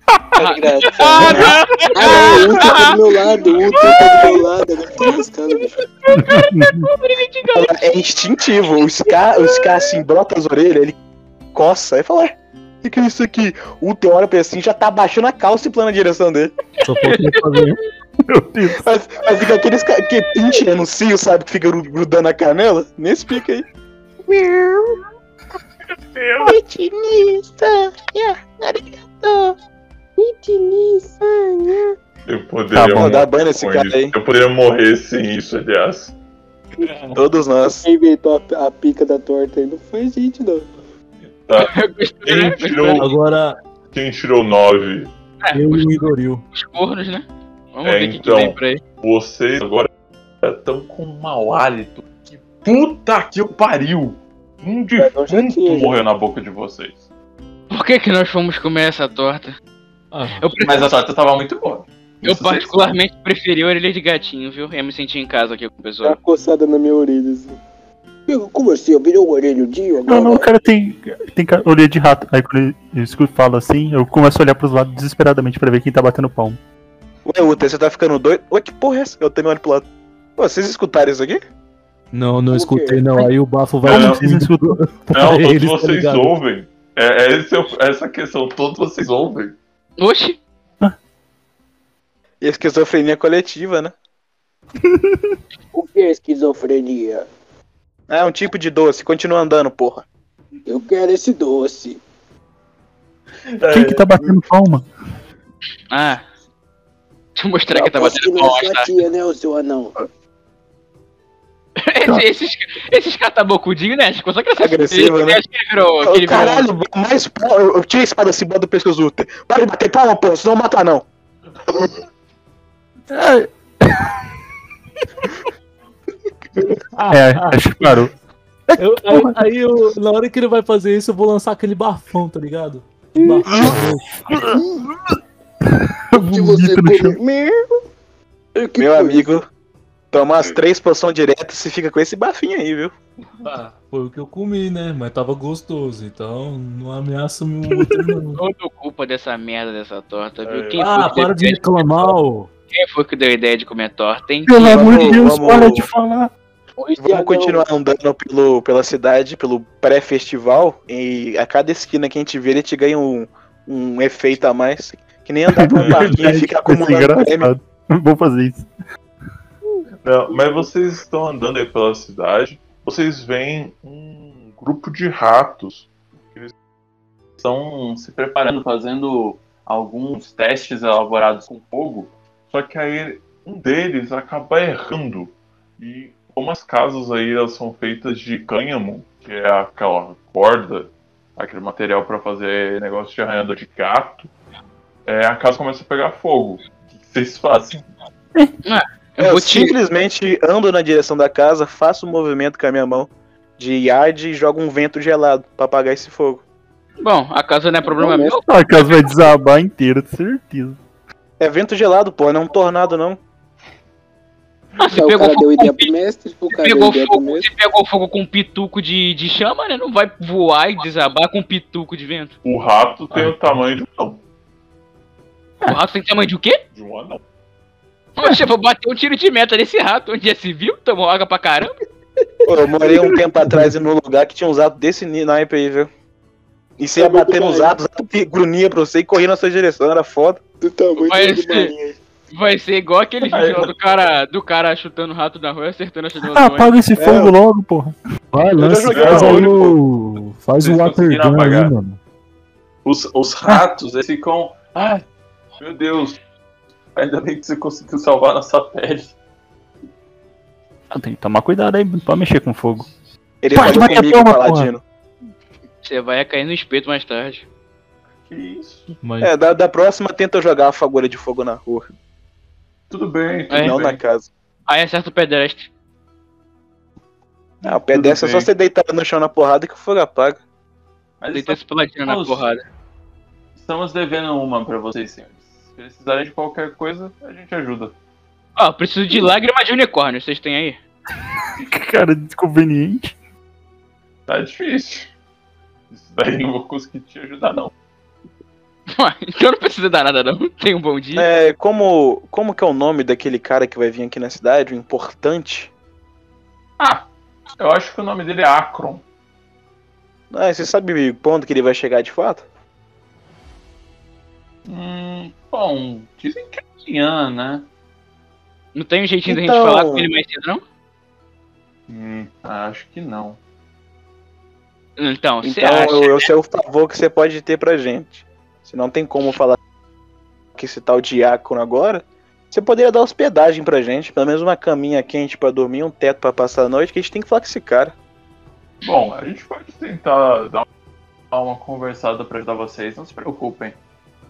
Tá engraçado. Ah, não! Ah, o Ultra tá do meu lado, o Ultra tá do meu lado, agora eu tô gostando, bicho. É instintivo. Os caras os cara, assim, brota as orelhas, ele coça. Aí fala, ué, o que, que é isso aqui? O teu olha pra ele assim, já tá baixando a calça e plana a direção dele. Só falta ele fazer um. Meu Deus. Mas, mas fica aqueles ca- que pinche anuncio, sabe? Que fica gru- grudando a canela. Nesse pique aí. Eu poderia bom. Pô, morrer Tá dá banho nesse com cara isso. aí. Eu poderia morrer sem isso, aliás. Todos nós. Quem inventou a, a pica da torta aí não foi a gente, não. Eu gostei, né? Quem tirou, Agora Tá. quem tirou 9 É, eu os, e o Idoril. os cornos, né? Vamos É, ver o que que então. vem por aí. Vocês agora Tá tão com mau hálito. Que puta que o pariu! Um defunto morreu na boca de vocês. Por que, que nós fomos comer essa torta? Eu prefiro- Mas a torta tava muito boa. Eu Isso vocês particularmente preferi orelha de gatinho, viu? Eu me senti em casa aqui com o Dá uma pessoal. coçada na minha orelha, assim. Eu, como assim? Eu virei o orelho de Não, agora? não, o cara tem, tem ca- orelha de rato. Aí quando eu escuto fala assim, eu começo a olhar pros lados desesperadamente pra ver quem tá batendo palmo. Ué, Uta, você tá ficando doido? Ué, que porra é essa? Eu também olho pro lado. Pô, vocês escutaram isso aqui? Não, não escutei não. Aí o bafo vai. Não, Vocês não escutam? Não, Pra todos eles, tá vocês ligado? ouvem. É, é esse o- essa questão, todos vocês ouvem. Oxi! E a esquizofrenia coletiva, né? O que é esquizofrenia? É um tipo de doce. Continua andando, porra. Eu quero esse doce. Quem que tá batendo palma? Ah. Deixa eu mostrar que Eu tá aposto que batendo não palma. é sua tá? tia, né, o seu anão? Esse- Esses, esses catabocudinhos, né? Acho que só que essa Agressivo, ele- né? Acho que ele virou. que ele virou- Caralho, mais pau. Eu, eu tirei a espada assim, bota do pescoço do Uta. Para de bater palma, porra, senão eu mato não. É, acho que parou. Eu- aí, aí eu- na hora que ele vai fazer isso, eu vou lançar aquele bafão, tá ligado? Bafão. Se você Vomita no chão. comer mesmo. Eu que Meu coisa. amigo, tomar as três poções diretas, você fica com esse bafinho aí, viu? Foi o que eu comi, né? Mas tava gostoso, então não ameaça o meu outro não. Eu dou um culpa dessa merda dessa torta, É. viu? Quem, Ah, foi que deu para de ideia de comer reclamar. torta? ô. Quem foi que deu a ideia de comer torta, hein? Uhum. Pelo amor de Deus, vamos- para de falar. Esse Vamos anão- continuar andando pelo, pela cidade, pelo pré-festival, e a cada esquina que a gente vê, ele te ganha um, um efeito a mais. Que nem andar por um parquinho e ficar Vai ser acumulando prêmio. engraçado. Vou fazer isso. Não, mas vocês estão andando aí pela cidade, vocês veem um grupo de ratos. Eles estão se preparando, fazendo alguns testes elaborados com fogo. Só que aí um deles acaba errando. E como as casas aí elas são feitas de cânhamo, que é aquela corda, aquele material para fazer negócio de arranhador de gato, é, a casa começa a pegar fogo. O que vocês fazem? Eu Eu vou te. simplesmente ando na direção da casa, faço um movimento com a minha mão de yard e jogo um vento gelado pra apagar esse fogo. Bom, a casa não é problema meu. A casa Ah, vai desabar inteira, de certeza. É vento gelado, pô, não é um tornado não. Ah, você Então, o pegou cara fogo deu com ideia pi- pro mestre, o cara deu Pegou ideia pro fogo, mestre. você pegou fogo com um pituco de, de chama, né? Não vai voar e desabar com um pituco de vento. O rato tem o tamanho de um anão. O rato tem tamanho de [LAUGHS] o quê? De um anão. Poxa, eu vou bater um tiro de meta nesse rato. Onde já se viu? Tomou água pra caramba. Pô, eu morei um tempo atrás num lugar que tinha uns atos desse ni- naipe aí, viu? E você ia É muito bater nos bom. atos, ato que grunhia pra você e corria na sua direção, era foda. Do tamanho Mas- [LAUGHS] do marinho. Vai ser igual aquele vídeo lá do cara, do cara chutando o rato na rua e acertando a chave Ah, apaga esse fogo logo, porra. Vai, lança, joguei faz a aí olho, o. Faz o Vocês water gun conseguiram aí, apagar. mano. Os, os ratos, eles ficam. Ai, meu Deus. Ainda bem que você conseguiu salvar nossa pele. Ah, tem que tomar cuidado aí, não pode mexer com fogo. Ele Pode falou bater comigo, palma, porra. Paladino. Você vai cair no espeto mais tarde. Que isso? Mas É, da, da próxima tenta jogar a fagulha de fogo na rua, Tudo bem, tudo É. não bem. na casa. Aí acerta o pedestre. Ah, o pé Tudo dessa é só bem. você deitar no chão na porrada que o fogo apaga. Mas Deita esse peladinho tá na Nossa. porrada. estamos devendo uma pra vocês, senhores. Se precisarem de qualquer coisa, a gente ajuda. Ó, preciso de lágrima de unicórnio. Vocês têm aí? [LAUGHS] [LAUGHS] Que cara desconveniente. Tá difícil. Isso daí eu não vou conseguir te ajudar, não. então não precisa dar nada, não. Tenha um bom dia. É, como, como que é o nome daquele cara que vai vir aqui na cidade, o importante? Ah, eu acho que o nome dele é Akron. Ah, você sabe quando que ele vai chegar de fato? Hum, bom, dizem que é amanhã, né? Não tem um jeitinho da gente Então- falar com ele mais cedo, não? Hum, acho que não. Então, você Então acha? eu, eu sei o favor que você pode ter pra gente. Se não tem como falar que esse tal diácono agora, você poderia dar hospedagem pra gente, pelo menos uma caminha quente pra dormir, um teto pra passar a noite, que a gente tem que falar com esse cara. Bom, a gente pode tentar dar uma conversada pra ajudar vocês, não se preocupem.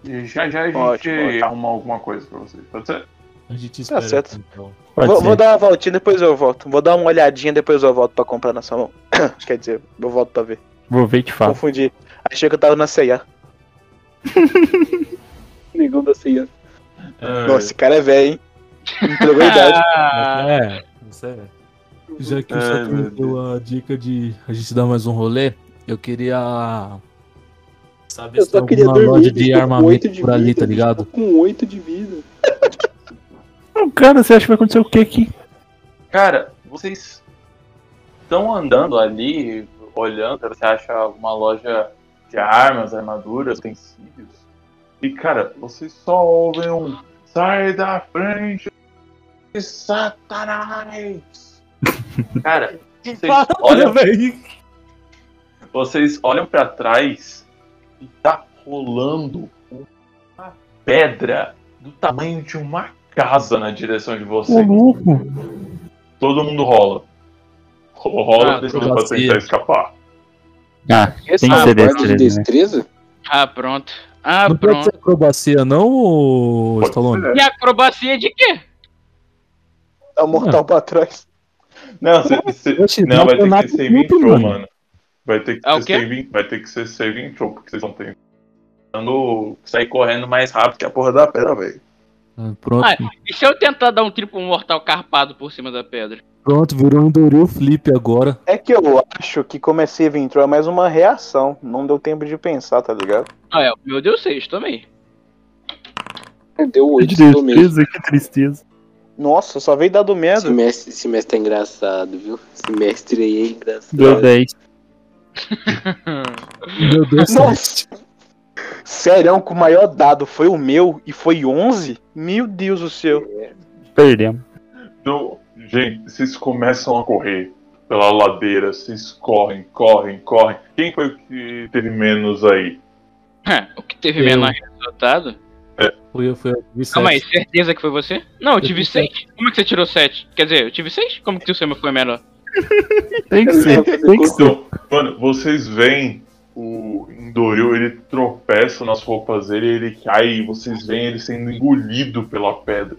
E já já a gente Ótimo, ótimo. arruma alguma coisa pra vocês, pode ser? A gente Tá espera. certo. então. Vou, vou dar uma voltinha, depois eu volto. Vou dar uma olhadinha, depois eu volto pra comprar na sua mão. [COUGHS] Quer dizer, eu volto pra ver. Vou ver e te falo. Confundi. Achei que eu tava na ceia. Negão da ceia. Nossa, esse cara é velho, hein? Entregou [LAUGHS] a idade. Ah, É, isso é. Já que o É, Ai, Sato meu me deu a dica de a gente dar mais um rolê, eu queria. Sabe, Eu se tem só queria alguma dormir, loja bicho, de tô com armamento oito de por ali, vida, tá ligado? Com 8 de vida. Não, cara, você acha que vai acontecer o que aqui? Cara, vocês estão andando ali, olhando, você acha alguma loja de armas, armaduras, utensílios. E cara, vocês só ouvem um sai da frente, Satanás! Cara, vocês Para, olham, velho. vocês olham pra trás e tá rolando uma pedra do tamanho de uma casa na direção de Ô, vocês. louco. todo mundo rola. Rola, rola Ah, precisa pra trocacia. tentar escapar. Ah, tem que ser é destreza, né? Ah, pronto. Ah, não pode pronto. ser acrobacia, não, ô Stallone? E acrobacia de quê? Dá um mortal pra trás. Não, cê- cê- Oxi, não, vai ter que campeonato ser 20 junto, show, um. mano. mano. Vai ter que Ah, o ser quê? saving, vai ter que ser saving throw, porque vocês não têm. Tentando sair correndo mais rápido que a porra da pedra, velho. Ah, Pronto, Ah, e se eu tentar dar um triplo mortal carpado por cima da pedra? pronto, virou um Doril Flip agora. É que eu acho que comecei a vir é mais uma reação. Não deu tempo de pensar, tá ligado? Ah, é. Meu Deus, seis também. [LAUGHS] Deu De 8 do mesmo. destreza, que tristeza. Nossa, só veio dado Esse medo. mestre, esse mestre é engraçado, viu? Esse mestre aí é engraçado. Deu 10. Meu Deus, Nossa! Sério, que o maior dado foi o meu e foi 11? Meu Deus do céu. Perdemos. Então, gente, vocês começam a correr pela ladeira, vocês correm, correm, correm. Quem foi o que teve menos aí? É, o que teve Eu. menor resultado? Fui eu, fui eu. vi Calma aí, sete. certeza que foi você? Não, eu Eu tive tive seis. Como é que você tirou sete? Quer dizer, eu tive seis? Como que o seu foi menor? Tem que ser, tem que ser. Então, mano, vocês veem o Indoril, ele tropeça nas roupas dele, ele cai e vocês veem ele sendo engolido pela pedra.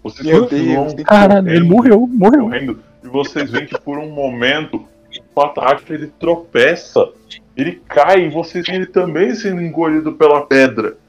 Vocês Meu continuam Deus. Caralho, ele morreu, morreu. correndo e vocês veem que por um momento o Pataki ele tropeça, ele cai e vocês veem ele também sendo engolido pela pedra.